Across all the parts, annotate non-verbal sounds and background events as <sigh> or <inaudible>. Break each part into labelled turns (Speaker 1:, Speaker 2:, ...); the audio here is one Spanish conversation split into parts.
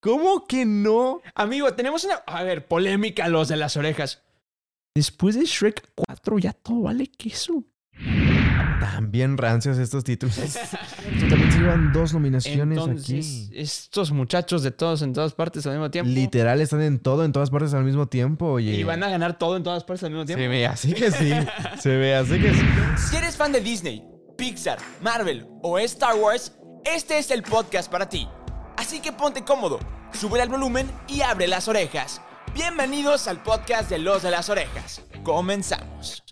Speaker 1: ¿Cómo que no?
Speaker 2: Amigo, tenemos una. A ver, polémica los de las orejas.
Speaker 1: Después de Shrek 4 ya todo vale queso. También rancios estos
Speaker 2: <laughs>
Speaker 1: títulos. También se llevan dos nominaciones
Speaker 2: Entonces,
Speaker 1: aquí.
Speaker 2: estos muchachos de todos en todas partes al mismo tiempo.
Speaker 1: Literal están en todo, en todas partes al mismo tiempo, oye.
Speaker 2: Y van a ganar todo en todas partes al mismo tiempo.
Speaker 1: Se ve así que
Speaker 2: <laughs>
Speaker 1: sí. Se ve así que sí.
Speaker 3: Si eres fan de Disney, Pixar, Marvel o Star Wars, este es el podcast para ti. Así que ponte cómodo, sube el volumen y abre las orejas. Bienvenidos al podcast de Los de las Orejas. Comenzamos.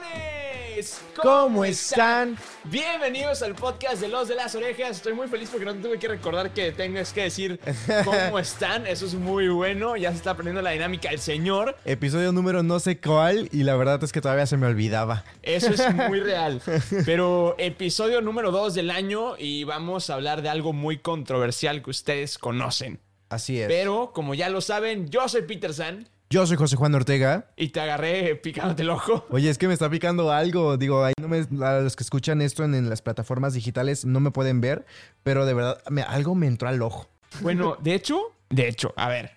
Speaker 2: ¡Orejones!
Speaker 1: ¿Cómo están?
Speaker 2: Bienvenidos al podcast de Los de las Orejas. Estoy muy feliz porque no te tuve que recordar que tengas que decir <laughs> cómo están. Eso es muy bueno. Ya se está aprendiendo la dinámica del señor.
Speaker 1: Episodio número no sé cuál y la verdad es que todavía se me olvidaba.
Speaker 2: Eso <laughs> es muy real. Pero episodio número 2 del año y vamos a hablar de algo muy controversial que ustedes conocen.
Speaker 1: Así es.
Speaker 2: Pero como ya lo saben, yo soy Peter San
Speaker 1: Yo soy José Juan Ortega.
Speaker 2: y te agarré picándote el ojo.
Speaker 1: Oye, es que me está picando algo. Digo, ahí no me- a los que escuchan esto en, en las plataformas digitales no me pueden ver, pero de verdad me- algo me entró al ojo.
Speaker 2: <laughs> Bueno, de hecho, de hecho, a ver.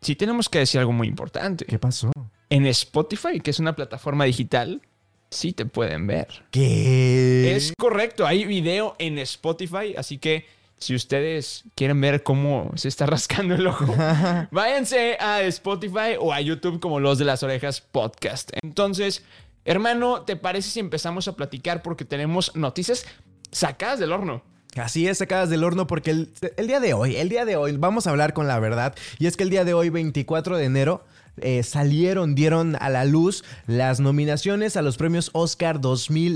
Speaker 2: Sí tenemos que decir algo muy importante.
Speaker 1: ¿Qué pasó?
Speaker 2: En Spotify, que es una plataforma digital, sí te pueden ver.
Speaker 1: ¿Qué?
Speaker 2: Es correcto, hay video en Spotify, así que si ustedes quieren ver cómo se está <laughs> rascando el ojo, váyanse a Spotify o a YouTube como Los de las Orejas Podcast. Entonces, hermano, ¿te parece si empezamos a platicar porque tenemos noticias sacadas del horno?
Speaker 1: Así es, sacadas del horno, porque el, el día de hoy, el día de hoy, vamos a hablar con la verdad. Y es que el día de hoy, 24 de enero, eh, salieron, dieron a la luz las nominaciones a los premios Oscar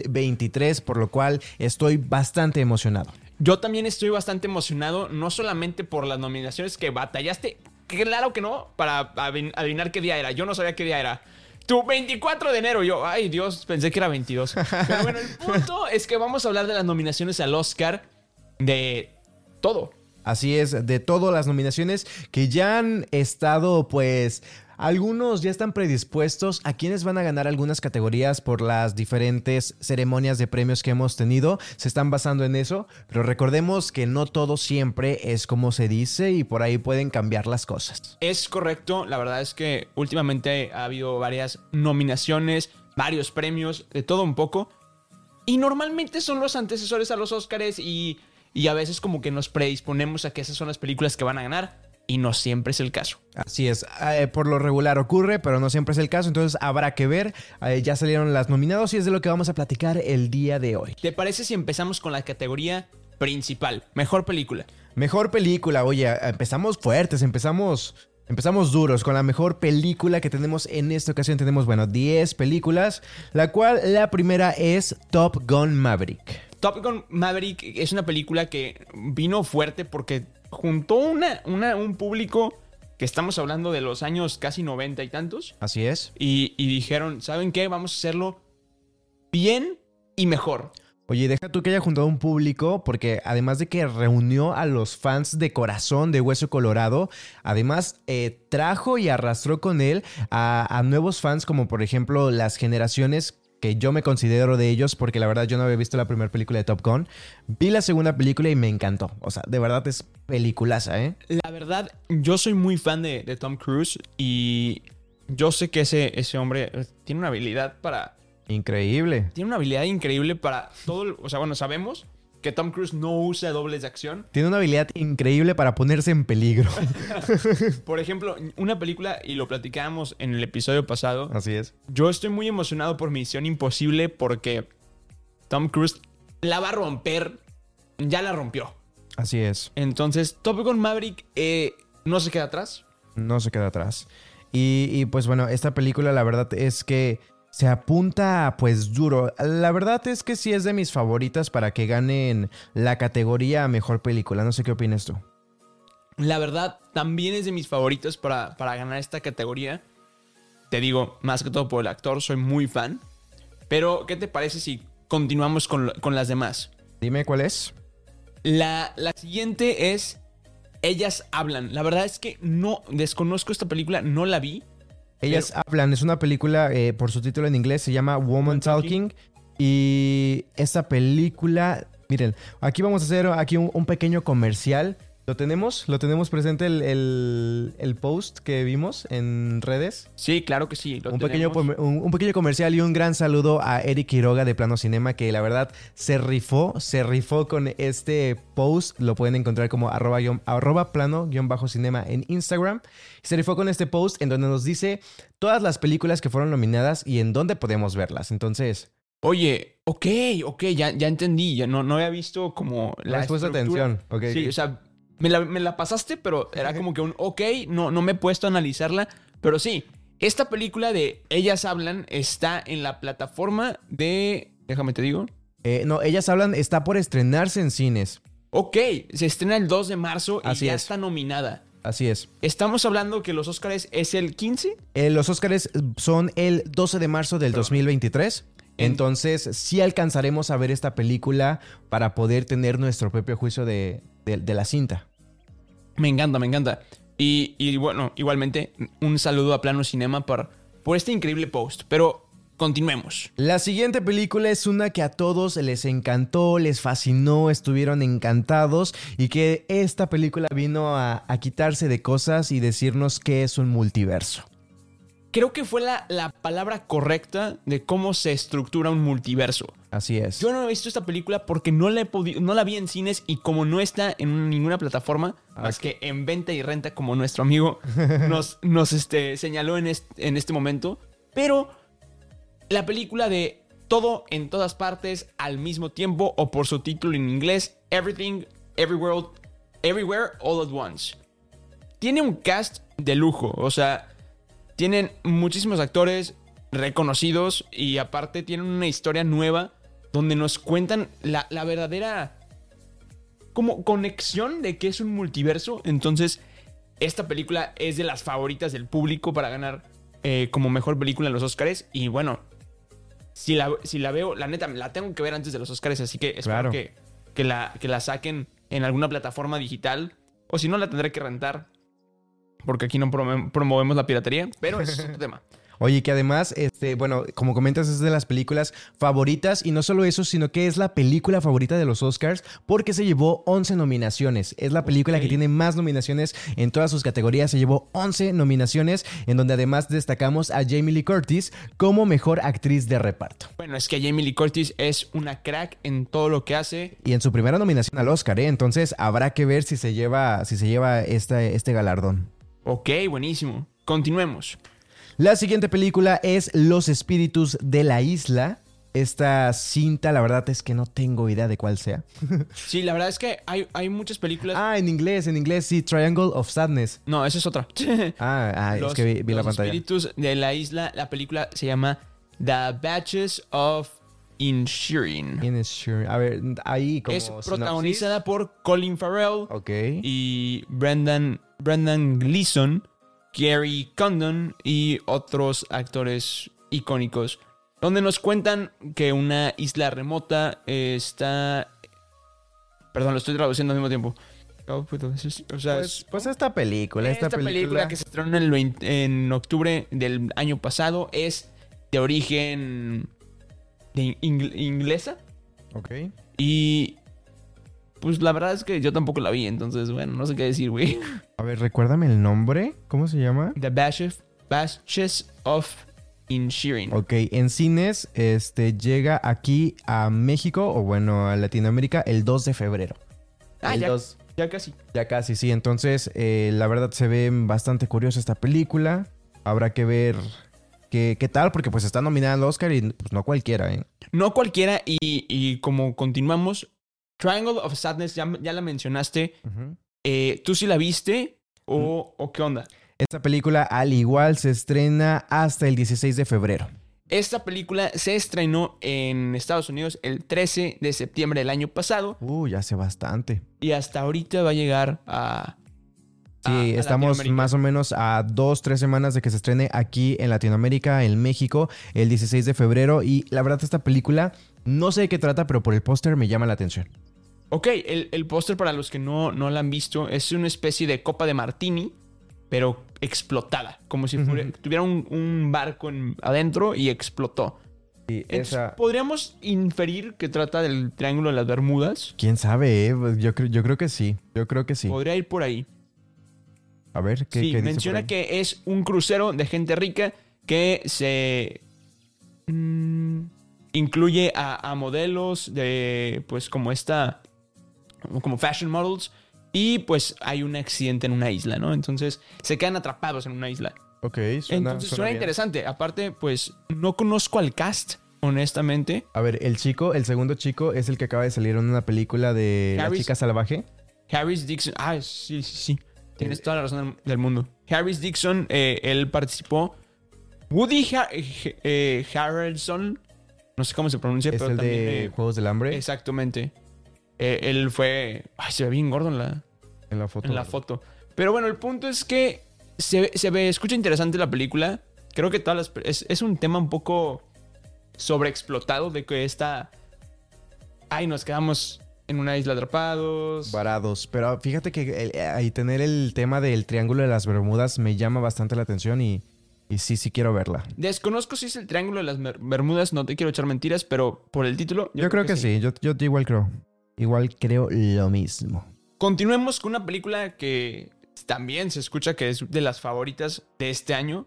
Speaker 1: 2023, por lo cual estoy bastante emocionado.
Speaker 2: Yo también estoy bastante emocionado, no solamente por las nominaciones que batallaste, claro que no, para adivin- adivinar qué día era. Yo no sabía qué día era. Tu 24 de enero, yo, ay Dios, pensé que era 22. Pero bueno, el punto es que vamos a hablar de las nominaciones al Oscar de todo.
Speaker 1: Así es, de todas las nominaciones que ya han estado, pues. Algunos ya están predispuestos a quienes van a ganar algunas categorías por las diferentes ceremonias de premios que hemos tenido. Se están basando en eso, pero recordemos que no todo siempre es como se dice y por ahí pueden cambiar las cosas.
Speaker 2: Es correcto, la verdad es que últimamente ha habido varias nominaciones, varios premios, de todo un poco. Y normalmente son los antecesores a los Óscares y, y a veces como que nos predisponemos a que esas son las películas que van a ganar y no siempre es el caso.
Speaker 1: Así es, eh, por lo regular ocurre, pero no siempre es el caso, entonces habrá que ver. Eh, ya salieron las nominadas y es de lo que vamos a platicar el día de hoy.
Speaker 2: ¿Te parece si empezamos con la categoría principal, mejor película?
Speaker 1: Mejor película, oye, empezamos fuertes, empezamos, empezamos duros con la mejor película que tenemos en esta ocasión. Tenemos, bueno, 10 películas, la cual la primera es Top Gun Maverick.
Speaker 2: Top Gun Maverick es una película que vino fuerte porque juntó una, una, un público que estamos hablando de los años casi noventa y tantos.
Speaker 1: Así es.
Speaker 2: y, y dijeron, ¿saben qué? Vamos a hacerlo bien y mejor.
Speaker 1: Oye, deja tú que haya juntado un público, porque además de que reunió a los fans de corazón de Hueso Colorado, además eh, trajo y arrastró con él a, a nuevos fans, como por ejemplo las generaciones que yo me considero de ellos, porque la verdad yo no había visto la primera película de Top Gun. Vi la segunda película y me encantó. O sea, de verdad es peliculaza, ¿eh?
Speaker 2: La verdad, yo soy muy fan de, de Tom Cruise y yo sé que ese, ese hombre eh, tiene una habilidad para...
Speaker 1: Increíble.
Speaker 2: Tiene una habilidad increíble para todo... el- O sea, bueno, sabemos que Tom Cruise no usa dobles de acción.
Speaker 1: Tiene una habilidad increíble para ponerse en peligro. <laughs>
Speaker 2: Por ejemplo, una película, y lo platicábamos en el episodio pasado,
Speaker 1: Así es.
Speaker 2: yo estoy muy emocionado por Misión Imposible porque Tom Cruise la va a romper. Ya la rompió.
Speaker 1: Así es.
Speaker 2: Entonces, Top Gun Maverick eh, no se queda atrás.
Speaker 1: no se queda atrás. Y, y, pues bueno, esta película la verdad es que se apunta pues duro. La verdad es que sí es de mis favoritas para que ganen la categoría a mejor película. No sé qué opinas tú.
Speaker 2: La verdad, también es de mis favoritos para, para ganar esta categoría. Te digo, más que todo por el actor, soy muy fan. Pero, ¿qué te parece si continuamos con, lo- con las demás?
Speaker 1: Dime cuál es.
Speaker 2: La, la siguiente es Ellas Hablan. La verdad es que no desconozco esta película, no la vi.
Speaker 1: Ellas hablan, es una película, eh, por su título en inglés, se llama Woman Talking. Y esta película Miren, aquí vamos a hacer aquí un, un pequeño comercial. ¿Lo tenemos? ¿Lo tenemos presente el, el- el post que vimos en redes?
Speaker 2: Sí, claro que sí. lo
Speaker 1: Un pequeño,
Speaker 2: tenemos.
Speaker 1: pome- un, un pequeño comercial y un gran saludo a Eric Quiroga de Plano Cinema, que la verdad se rifó, se rifó con este post. Lo pueden encontrar como arroba, guión- arroba plano guión bajo cinema en Instagram. Se rifó con este post en donde nos dice todas las películas que fueron nominadas y en dónde podemos verlas. Entonces,
Speaker 2: Oye, ok, ok, ya, ya entendí. Ya no, no había visto como
Speaker 1: la
Speaker 2: la
Speaker 1: has puesto
Speaker 2: estructura.
Speaker 1: atención. ok,
Speaker 2: sí, o sea, me la, me la pasaste, pero era como que un ok, no, no me he puesto a analizarla. Pero sí, esta película de Ellas Hablan está en la plataforma de. Déjame te digo.
Speaker 1: Eh, no, ellas hablan, está por estrenarse en cines.
Speaker 2: Ok, se estrena el 2 de marzo y
Speaker 1: Así
Speaker 2: ya
Speaker 1: es.
Speaker 2: está nominada.
Speaker 1: Así es.
Speaker 2: Estamos hablando que los Oscars es el 15.
Speaker 1: Eh, los Óscares son el 12 de marzo del 2023.
Speaker 2: En-
Speaker 1: Entonces, sí alcanzaremos a ver esta película para poder tener nuestro propio juicio de, de- de la cinta.
Speaker 2: Me encanta, me encanta. Y, y bueno, igualmente, un saludo a Plano Cinema por, por este increíble post. Pero continuemos.
Speaker 1: La siguiente película es una que a todos les encantó, les fascinó, estuvieron encantados y que esta película vino a, a quitarse de cosas y decirnos que es un multiverso.
Speaker 2: Creo que fue la, la palabra correcta de cómo se estructura un multiverso.
Speaker 1: Así es.
Speaker 2: Yo no he visto esta película porque no la, he podido, no la vi en cines y como no está en ninguna plataforma, más que en venta y renta como nuestro amigo nos, nos este, señaló en este, en este momento. Pero la película de todo en todas partes al mismo tiempo o por su título en inglés, Everything, Everywhere, Everywhere, All at Once. Tiene un cast de lujo, o sea, tienen muchísimos actores reconocidos y aparte tienen una historia nueva donde nos cuentan la, la verdadera como conexión de que es un multiverso. Entonces, esta película es de las favoritas del público para ganar eh, como mejor película en los Oscars. Y bueno, si la, si la veo, la neta, la tengo que ver antes de los Oscars, así que espero
Speaker 1: Claro.
Speaker 2: que, que la, que la saquen en alguna plataforma digital. O si no, la tendré que rentar. Porque aquí no promue- promovemos la piratería, pero ese es otro <laughs> tema.
Speaker 1: Oye, que además, este, bueno, como comentas, es de las películas favoritas y no solo eso, sino que es la película favorita de los Oscars porque se llevó 11 nominaciones. Es la película
Speaker 2: Ok.
Speaker 1: que tiene más nominaciones en todas sus categorías, se llevó 11 nominaciones, en donde además destacamos a Jamie Lee Curtis como mejor actriz de reparto.
Speaker 2: Bueno, es que Jamie Lee Curtis es una crack en todo lo que hace.
Speaker 1: Y en su primera nominación al Oscar, ¿eh? entonces habrá que ver si se lleva, si se lleva esta- este galardón.
Speaker 2: Ok, buenísimo. Continuemos.
Speaker 1: La siguiente película es Los Espíritus de la Isla. Esta cinta, la verdad es que no tengo idea de cuál sea.
Speaker 2: Sí, la verdad es que hay, hay muchas películas.
Speaker 1: Ah, en inglés, en inglés, sí, Triangle of Sadness.
Speaker 2: No, esa es otra.
Speaker 1: Ah, ah,
Speaker 2: Los-
Speaker 1: es que vi, vi la
Speaker 2: Los
Speaker 1: pantalla.
Speaker 2: espíritus de la isla. La película se llama The Batches of Insuring.
Speaker 1: ¿Quién es Shireen? A ver, ahí como.
Speaker 2: Es
Speaker 1: sinopsis.
Speaker 2: protagonizada por Colin Farrell
Speaker 1: Ok.
Speaker 2: y Brendan, Brendan Gleeson, Gary Condon y otros actores icónicos. Donde nos cuentan que una isla remota eh, está. Perdón, lo estoy traduciendo al mismo tiempo. Oh, O sea,
Speaker 1: Pues, pues esta película,
Speaker 2: esta,
Speaker 1: esta,
Speaker 2: película, que se estrenó en, el 20 en octubre del año pasado es de origen de ing- inglesa
Speaker 1: Ok.
Speaker 2: y pues la verdad es que yo tampoco la vi, entonces bueno, no sé qué decir, güey.
Speaker 1: A ver, recuérdame el nombre. ¿Cómo se llama?
Speaker 2: The Bashes, Bashes of Inshearing.
Speaker 1: Ok, en cines este, llega aquí a México, o bueno, a Latinoamérica, el 2 de febrero.
Speaker 2: Ah,
Speaker 1: el
Speaker 2: ya,
Speaker 1: 2.
Speaker 2: ya casi.
Speaker 1: Ya casi, sí. Entonces, eh, la verdad se ve bastante curiosa esta película. Habrá que ver qué, qué tal, porque pues está nominada al Oscar y pues, no cualquiera, ¿eh?
Speaker 2: No cualquiera y, y como continuamos, Triangle of Sadness, ya, ya la mencionaste. Eh, ¿Tú sí la viste o, o qué onda?
Speaker 1: Esta película al igual se estrena hasta el 16 de febrero.
Speaker 2: Esta película se estrenó en Estados Unidos el 13 de septiembre del año pasado
Speaker 1: Uh, ya hace bastante.
Speaker 2: y hasta ahorita va a llegar a...
Speaker 1: Sí,
Speaker 2: a- a
Speaker 1: estamos
Speaker 2: Latinoamérica.
Speaker 1: más o menos a dos, tres semanas de que se estrene aquí en Latinoamérica, en México, el 16 de febrero. Y la verdad, esta película, no sé de qué trata, pero por el póster me llama la atención.
Speaker 2: Ok, el, el póster para los que no, no la han visto es una especie de copa de martini, pero explotada, como si fuera- tuviera un, un barco en- adentro y explotó.
Speaker 1: Y
Speaker 2: Entonces,
Speaker 1: esa-
Speaker 2: podríamos inferir que trata del Triángulo de las Bermudas.
Speaker 1: ¿Quién sabe? eh? Pues Yo, creo- yo creo que sí. Yo creo que sí.
Speaker 2: Podría ir por ahí.
Speaker 1: A ver, ¿qué, qué
Speaker 2: sí,
Speaker 1: dice por
Speaker 2: menciona
Speaker 1: ahí?
Speaker 2: que es un crucero de gente rica que se mm, incluye a, a modelos de, pues, como esta, como fashion models. Y pues hay un accidente en una isla, ¿no? Entonces se quedan atrapados en una isla.
Speaker 1: Ok, suena,
Speaker 2: Entonces suena,
Speaker 1: suena bien.
Speaker 2: interesante. Aparte, pues no conozco al cast, honestamente.
Speaker 1: A ver, el chico, el segundo chico es el que acaba de salir en una película de La
Speaker 2: Harris-
Speaker 1: chica salvaje.
Speaker 2: Harris Dixon. Ah, sí, sí, sí. Tienes toda la razón del mundo. Harris Dixon, eh, él participó. Woody Ha- eh, Harrelson, no sé cómo se pronuncia,
Speaker 1: Es
Speaker 2: pero
Speaker 1: el
Speaker 2: también.
Speaker 1: de
Speaker 2: eh,
Speaker 1: Juegos del Hambre.
Speaker 2: exactamente. Eh, él fue. Ay, se ve bien gordo en la,
Speaker 1: en la foto.
Speaker 2: en la foto. Pero bueno, el punto es que se, se ve, escucha interesante la película. Creo que todas las. pe- Es, es un tema un poco sobreexplotado de que está. Ay, nos quedamos en una isla atrapados.
Speaker 1: Varados. Pero fíjate que el- eh, ahí tener el tema del Triángulo de las Bermudas me llama bastante la atención y, y sí, sí quiero verla.
Speaker 2: Desconozco si es el Triángulo de las Mer- Bermudas, no te quiero echar mentiras, pero por el título.
Speaker 1: Yo, creo, que, sí, Yo, yo igual creo. Igual creo lo mismo.
Speaker 2: Continuemos con una película que también se escucha que es de las favoritas de este año,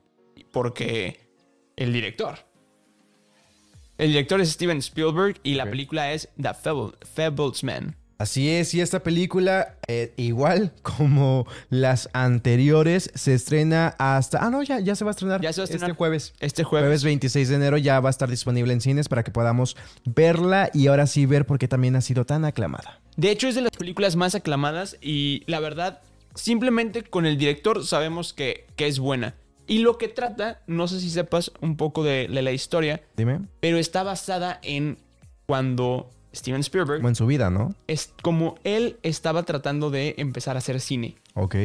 Speaker 2: porque el director. El director es Steven Spielberg y la
Speaker 1: Ok.
Speaker 2: película es The Fable, Fablesman.
Speaker 1: Así es, y esta película, eh, igual <laughs> como las anteriores, se estrena hasta... Ah, no, ya, ya se va a estrenar.
Speaker 2: Ya se va a estrenar.
Speaker 1: Este jueves.
Speaker 2: Este jueves.
Speaker 1: Jueves 26 de enero ya va a estar disponible en cines para que podamos verla y ahora sí ver por qué también ha sido tan aclamada.
Speaker 2: De hecho, es de las películas más aclamadas y la verdad, simplemente con el director sabemos que, que es buena. Y lo que trata, no sé si sepas un poco de, de la historia,
Speaker 1: Dime.
Speaker 2: pero está basada en cuando Steven Spielberg
Speaker 1: Como en su vida, ¿no?
Speaker 2: es como él estaba tratando de empezar a hacer cine.
Speaker 1: Ok.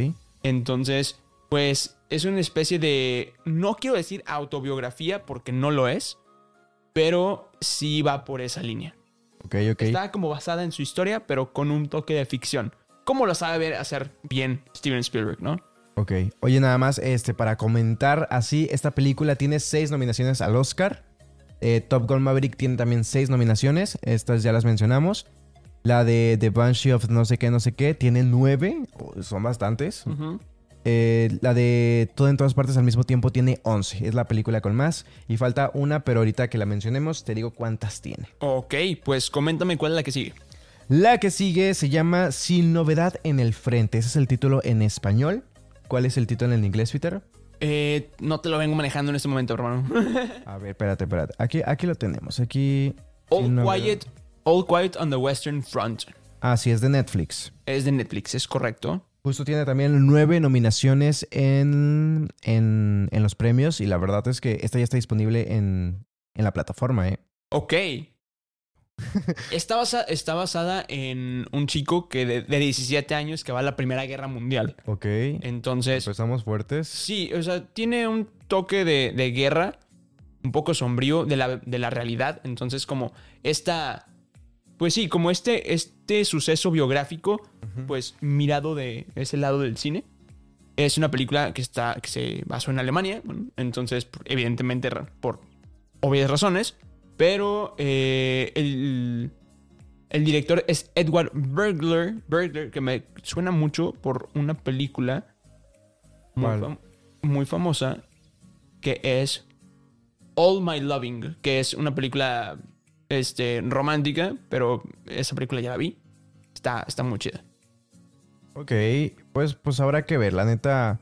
Speaker 2: Entonces, pues es una especie de, no quiero decir autobiografía porque no lo es, pero sí va por esa línea.
Speaker 1: Ok, ok.
Speaker 2: Está como basada en su historia, pero con un toque de ficción. Como lo sabe ver hacer bien Steven Spielberg, ¿no?
Speaker 1: Ok. Oye, nada más, este, para comentar así, esta película tiene seis nominaciones al Oscar. Eh, Top Gun Maverick tiene también seis nominaciones. Estas ya las mencionamos. La de The Banshee of no sé qué, no sé qué, tiene nueve. Oh, Son bastantes. Eh, la de Todo en todas partes al mismo tiempo tiene 11. Es la película con más. Y falta una, pero ahorita que la mencionemos, te digo cuántas tiene.
Speaker 2: Ok, pues coméntame cuál es la que sigue.
Speaker 1: La que sigue se llama Sin novedad en el frente. Ese es el título en español. ¿Cuál es el título en inglés, Peter?
Speaker 2: Eh, no te lo vengo manejando en este momento, hermano.
Speaker 1: A ver, espérate, espérate. Aquí, aquí lo tenemos. Aquí. Sin
Speaker 2: All
Speaker 1: novedad.
Speaker 2: Quiet, All Quiet on the Western Front.
Speaker 1: Ah, sí, es de Netflix.
Speaker 2: Es de Netflix, es correcto.
Speaker 1: Justo tiene también nueve nominaciones en, en, en los premios. Y la verdad es que esta ya está disponible en, en la plataforma, ¿eh?
Speaker 2: Ok. Está, basa- está basada en un chico que de, de 17 años que va a la Primera Guerra Mundial.
Speaker 1: Ok.
Speaker 2: Entonces,
Speaker 1: Empezamos fuertes.
Speaker 2: sí, o sea, tiene un toque de, de guerra, un poco sombrío de la, de la realidad. Entonces, como esta... Pues sí, como este, este suceso biográfico, pues mirado de ese lado del cine. Es una película que, está, que se basó en Alemania, bueno, entonces evidentemente ra- por obvias razones, pero eh, el, el director es Edward Bergler, Bergler, que me suena mucho por una película muy,
Speaker 1: ¿Cuál?
Speaker 2: fam- muy famosa que es All My Loving, que es una película este, romántica, pero esa película ya la vi. Está, está muy chida.
Speaker 1: Ok, pues, pues habrá que ver, la neta.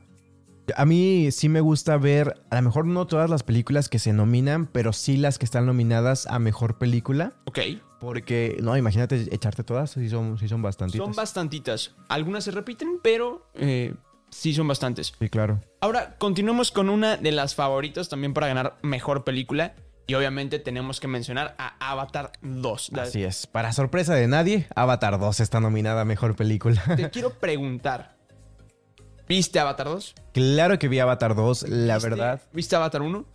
Speaker 1: A mí sí me gusta ver, a lo mejor no todas las películas que se nominan, pero sí las que están nominadas a mejor película.
Speaker 2: Ok.
Speaker 1: Porque, no, imagínate echarte todas, sí son, sí son bastantitas.
Speaker 2: Son bastantitas. Algunas se repiten, pero eh, sí son bastantes.
Speaker 1: sí, claro.
Speaker 2: Ahora, continuemos con una de las favoritas también para ganar mejor película. Y obviamente tenemos que mencionar a Avatar 2. La-
Speaker 1: Así es. Para sorpresa de nadie, Avatar 2 está nominada a mejor película. <laughs>
Speaker 2: Te quiero preguntar. ¿Viste Avatar 2?
Speaker 1: claro que vi Avatar 2, la
Speaker 2: ¿Viste-
Speaker 1: verdad.
Speaker 2: ¿Viste Avatar 1?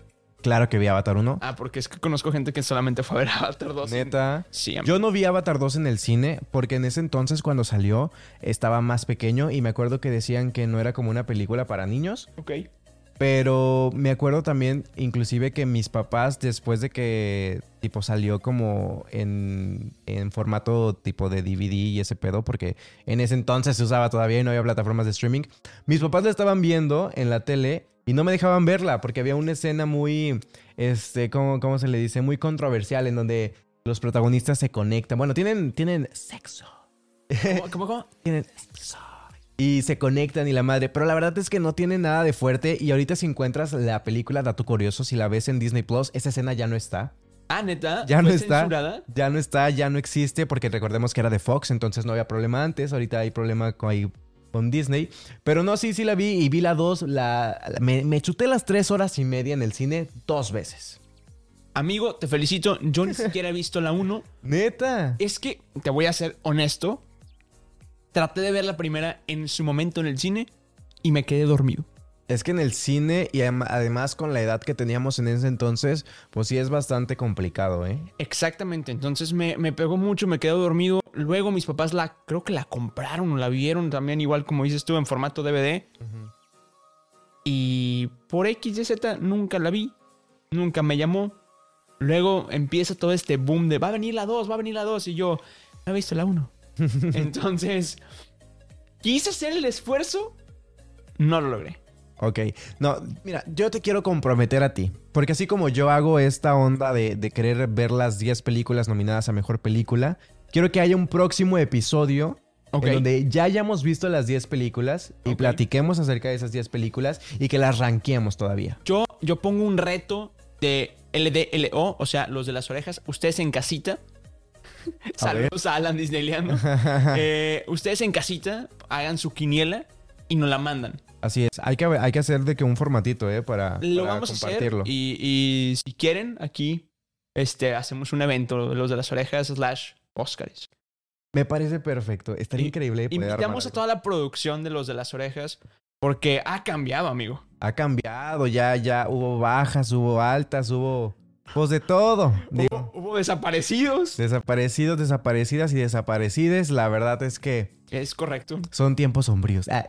Speaker 1: Claro que vi Avatar 1.
Speaker 2: Ah, porque es que conozco gente que solamente fue a ver <laughs> Avatar 2.
Speaker 1: Neta.
Speaker 2: Sí, am-
Speaker 1: Yo no vi Avatar 2 en el cine porque en ese entonces cuando <laughs> salió estaba más pequeño y me acuerdo que decían que no era como una película para niños.
Speaker 2: Ok.
Speaker 1: Pero me acuerdo también, inclusive, que mis papás, después de que tipo salió como en, en formato tipo de DVD y ese pedo, porque en ese entonces se usaba todavía y no había plataformas de streaming, mis papás la estaban viendo en la tele y no me dejaban verla porque había una escena muy, este, ¿cómo, cómo se le dice? Muy controversial en donde los protagonistas se conectan. Bueno, tienen, tienen sexo.
Speaker 2: ¿Cómo, cómo, cómo?
Speaker 1: Tienen sexo. Y se conectan y la madre. Pero la verdad es que no tiene nada de fuerte. Y ahorita si encuentras la película Dato Curioso, si la ves en Disney Plus, esa escena ya no está.
Speaker 2: Ah, neta.
Speaker 1: Ya no
Speaker 2: ¿Fue
Speaker 1: está.
Speaker 2: censurada?
Speaker 1: Ya no está, ya no existe, porque recordemos que era de Fox, entonces no había problema antes. Ahorita hay problema con, ahí con Disney. Pero no, sí, sí la vi y vi la dos. La, la- me, me chuté las tres horas y media en el cine dos veces.
Speaker 2: Amigo, te felicito.
Speaker 1: <laughs>
Speaker 2: Yo ni siquiera he visto la 1.
Speaker 1: Neta.
Speaker 2: Es que, te voy a ser honesto, traté de ver la primera en su momento en el cine y me quedé dormido.
Speaker 1: Es que en el cine y adem- además con la edad que teníamos en ese entonces, pues sí es bastante complicado, ¿eh?
Speaker 2: Exactamente, entonces me, me pegó mucho, me quedé dormido. Luego mis papás la, creo que la compraron, la vieron también igual como dices tú en formato DVD. Y por X, Y, Z nunca la vi, nunca me llamó. Luego empieza todo este boom de va a venir la 2, va a venir la 2 y yo no he visto la 1. entonces, quise hacer el esfuerzo, no lo logré.
Speaker 1: Ok, no, mira, yo te quiero comprometer a ti, porque así como yo hago esta onda de, de querer ver las 10 películas nominadas a Mejor Película, quiero que haya un próximo episodio
Speaker 2: Ok.
Speaker 1: en donde ya hayamos visto las 10 películas y
Speaker 2: Ok.
Speaker 1: platiquemos acerca de esas 10 películas y que las ranqueemos todavía.
Speaker 2: Yo, yo pongo un reto de LDLO, o sea, los de las orejas, ustedes
Speaker 1: <laughs>
Speaker 2: en casita. Saludos a Alan Disneyliano. Eh, ustedes en casita hagan su quiniela y nos la mandan.
Speaker 1: Así es, hay que, hay que hacer de que un formatito, ¿eh? Para,
Speaker 2: Lo
Speaker 1: para
Speaker 2: vamos a hacer.
Speaker 1: compartirlo.
Speaker 2: Y, y si quieren, aquí este, hacemos un evento, los de las orejas slash Oscars.
Speaker 1: Me parece perfecto, estaría increíble. poder armar
Speaker 2: Invitamos a
Speaker 1: algo.
Speaker 2: toda la producción de los de las orejas porque ha cambiado, amigo.
Speaker 1: Ha cambiado, ya, ya hubo bajas, hubo altas, hubo... Pues de todo, digo.
Speaker 2: Hubo, hubo desaparecidos.
Speaker 1: Desaparecidos, desaparecidas y desaparecides, la verdad es que
Speaker 2: Es correcto.
Speaker 1: son tiempos sombríos. Ah,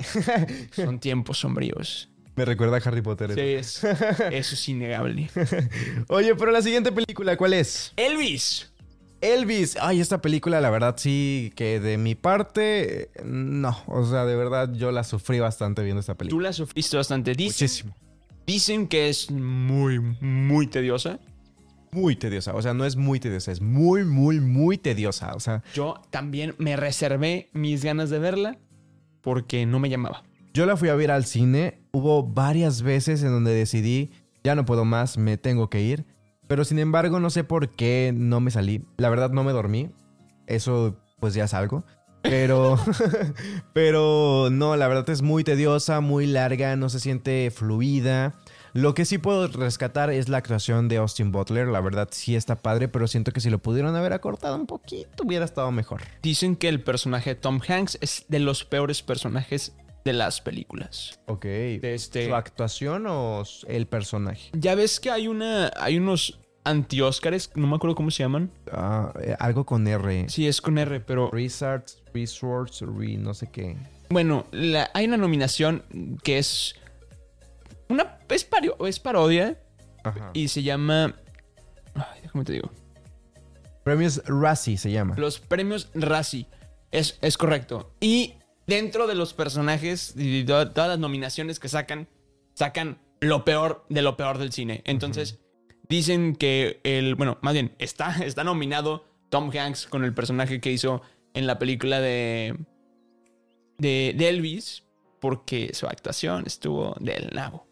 Speaker 2: Son tiempos sombríos.
Speaker 1: me recuerda a Harry Potter.
Speaker 2: Sí, es- eso es innegable.
Speaker 1: Oye, pero la siguiente película, ¿cuál es?
Speaker 2: Elvis.
Speaker 1: Elvis. Ay, esta película, la verdad, sí, que de mi parte, eh, no. O sea, de verdad, yo la sufrí bastante viendo esta
Speaker 2: Tú
Speaker 1: película.
Speaker 2: la sufriste bastante. Dicen,
Speaker 1: Muchísimo.
Speaker 2: dicen que es muy, muy tediosa.
Speaker 1: Muy tediosa. O sea, no es muy tediosa, es muy, muy, muy tediosa. O sea,
Speaker 2: Yo también me reservé mis ganas de verla porque no me llamaba.
Speaker 1: Yo la fui a ver al cine. Hubo varias veces en donde decidí, ya no puedo más, me tengo que ir. Pero sin embargo, no sé por qué no me salí. La verdad, no me dormí. Eso, pues ya es algo. Pero, <laughs> pero no, la verdad es muy tediosa, muy larga, no se siente fluida. Lo que sí puedo rescatar es la actuación de Austin Butler. La verdad sí está padre, pero siento que si lo pudieron haber acortado un poquito, hubiera estado mejor.
Speaker 2: Dicen que el personaje de Tom Hanks es de los peores personajes de las películas.
Speaker 1: Ok.
Speaker 2: De este-
Speaker 1: ¿Su actuación o el personaje?
Speaker 2: Ya ves que hay una. hay unos anti-Óscares, no me acuerdo cómo se llaman.
Speaker 1: Ah, eh, algo con R.
Speaker 2: Sí, es con R, pero.
Speaker 1: Research, resource, re, no sé qué.
Speaker 2: Bueno, la- hay una nominación que es. Una. es pario- es parodia.
Speaker 1: Ajá. Y
Speaker 2: y se llama. Ay, déjame te digo.
Speaker 1: premios Razzie se llama.
Speaker 2: Los premios Razzie. Es, es correcto. Y dentro de los personajes y de to- todas las nominaciones que sacan, sacan lo peor de lo peor del cine. Entonces, dicen que el. Bueno, más bien, está, <laughs> está nominado Tom Hanks con el personaje que hizo en la película de. de, de Elvis. Porque su actuación estuvo del nabo.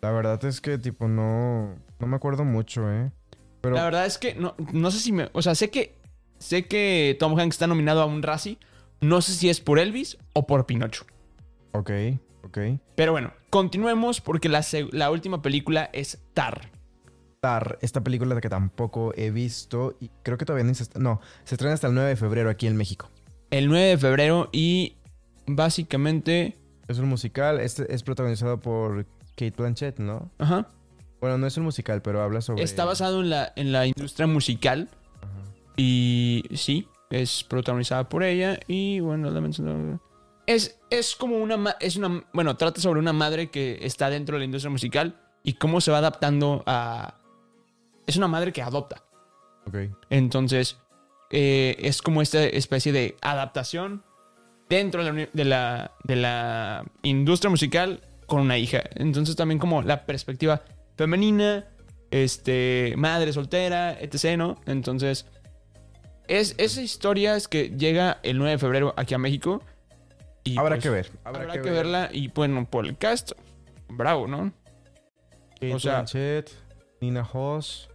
Speaker 1: La verdad es que, tipo, no. No me acuerdo mucho, ¿eh? Pero.
Speaker 2: La verdad es que no, no sé si me. O sea, sé que. Sé que Tom Hanks está nominado a un Razzie. No sé si es por Elvis o por Pinocho.
Speaker 1: Ok, ok.
Speaker 2: Pero bueno, continuemos porque la, seg- la última película es Tar.
Speaker 1: Tar, esta película que tampoco he visto y creo que todavía ni se. est- No, se estrena hasta el 9 de febrero aquí en México.
Speaker 2: El 9 de febrero y básicamente.
Speaker 1: Es un musical, este es protagonizado por Kate Blanchett, ¿no?
Speaker 2: Ajá.
Speaker 1: Bueno, no es un musical, pero habla sobre.
Speaker 2: Está basado en la, en la industria musical. Y sí, es protagonizada por ella. Y bueno, la menciono- es, es como una, ma- es una... Bueno, trata sobre una madre que está dentro de la industria musical y cómo se va adaptando a... Es una madre que adopta.
Speaker 1: Ok.
Speaker 2: Entonces, eh, es como esta especie de adaptación dentro de la, uni- de la- de la industria musical con una hija. Entonces, también como la perspectiva femenina, este, madre soltera, etc., ¿no? Entonces, es, esa historia es que llega el 9 de febrero aquí a México. Y
Speaker 1: Habrá
Speaker 2: pues,
Speaker 1: que ver.
Speaker 2: Habrá, que, verla. Y bueno, por el cast, bravo, ¿no?
Speaker 1: Kate
Speaker 2: O sea-
Speaker 1: Blanchett, Nina Hoss,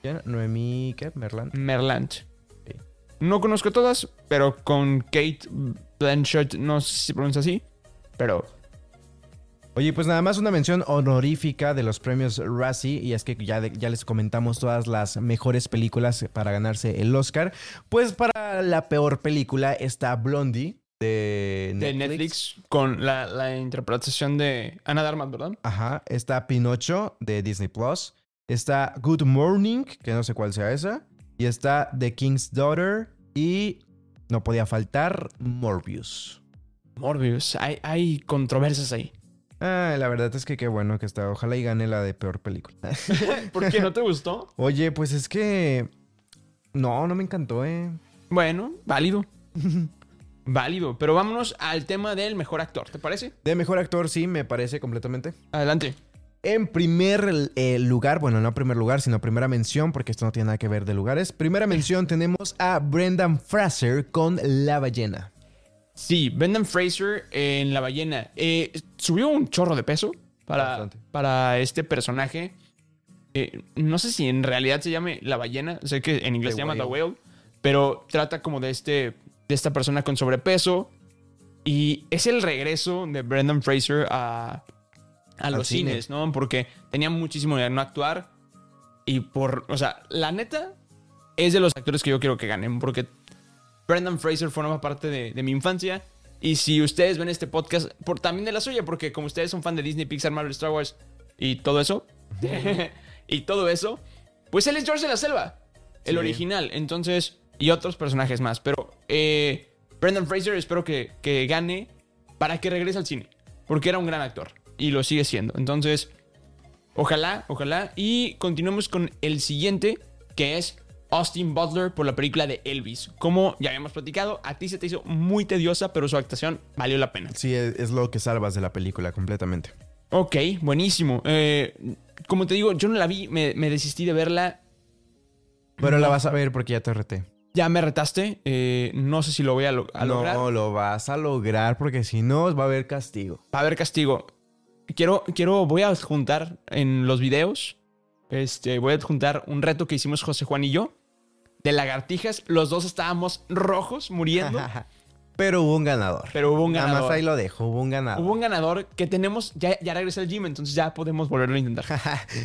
Speaker 1: ¿quién? Noemí, ¿qué? Merland.
Speaker 2: Merlant.
Speaker 1: Sí.
Speaker 2: No conozco todas, pero con Kate Blanchett, no sé si se pronuncia así, pero
Speaker 1: Oye, pues nada más una mención honorífica de los premios Razzie, y es que ya, de- ya les comentamos todas las mejores películas para ganarse el Oscar. Pues para la peor película está Blondie de
Speaker 2: de Netflix, con la, la interpretación de Ana Darmas, ¿verdad?
Speaker 1: Ajá, está Pinocho de Disney Plus. Está Good Morning, que no sé cuál sea esa. Y está The King's Daughter. Y no podía faltar Morbius.
Speaker 2: Morbius, hay, hay controversias ahí.
Speaker 1: Ah, la verdad es que qué bueno que está. Ojalá y gane la de peor película.
Speaker 2: <laughs> ¿Por qué no te gustó?
Speaker 1: Oye, pues es que. No, no me encantó, eh.
Speaker 2: Bueno, <laughs> válido. Válido, pero vámonos al tema del mejor actor, ¿te parece?
Speaker 1: De mejor actor, sí, me parece completamente.
Speaker 2: Adelante.
Speaker 1: En primer eh, lugar, bueno, no primer lugar, sino primera mención, porque esto no tiene nada que ver de lugares. Primera mención tenemos a Brendan Fraser con La Ballena.
Speaker 2: Sí, Brendan Fraser en La Ballena. Eh, subió un chorro de peso para,
Speaker 1: Bastante.
Speaker 2: para este personaje. Eh, no sé si en realidad se llame La Ballena. Sé que en inglés
Speaker 1: The
Speaker 2: se llama The Whale. Pero trata como de, este, de esta persona con sobrepeso. Y es el regreso de Brendan Fraser a, a los
Speaker 1: cine.
Speaker 2: cines, ¿no? Porque tenía muchísimo de no actuar. Y por, o sea, la neta es de los actores que yo quiero que ganen, porque Brendan Fraser forma parte de, de mi infancia. Y si ustedes ven este podcast, por, también de la suya, porque como ustedes son fan de Disney, Pixar, Marvel, Star Wars y todo eso, <laughs> y todo eso, pues él es George de la Selva, el
Speaker 1: Sí.
Speaker 2: original. Entonces, y otros personajes más. Pero eh, Brendan Fraser espero que, que gane para que regrese al cine, porque era un gran actor y lo sigue siendo. Entonces, Ojalá, ojalá. Y continuamos con el siguiente, que es Austin Butler por la película de Elvis. Como ya habíamos platicado, a ti se te hizo muy tediosa, pero su actuación valió la pena.
Speaker 1: Sí, e, es, es lo que salvas de la película completamente.
Speaker 2: Ok, buenísimo. Eh, como te digo, yo no la vi, me, me desistí de verla.
Speaker 1: Pero la vas a ver porque ya te reté.
Speaker 2: Ya me retaste. eh, no sé si lo voy a, lo- a lograr.
Speaker 1: No, lo vas a lograr porque si no va a haber castigo.
Speaker 2: Va a haber castigo. Quiero, quiero, voy a adjuntar en los videos. Este, voy a adjuntar un reto que hicimos José Juan y yo. De lagartijas. Los dos estábamos
Speaker 1: <laughs>
Speaker 2: rojos, muriendo.
Speaker 1: Pero hubo un ganador.
Speaker 2: Pero hubo un
Speaker 1: Nada más
Speaker 2: ganador.
Speaker 1: ahí lo dejo, hubo un ganador.
Speaker 2: Hubo un ganador que tenemos. Ya, ya regresa al gym, entonces ya podemos volverlo
Speaker 1: <laughs>
Speaker 2: a intentar.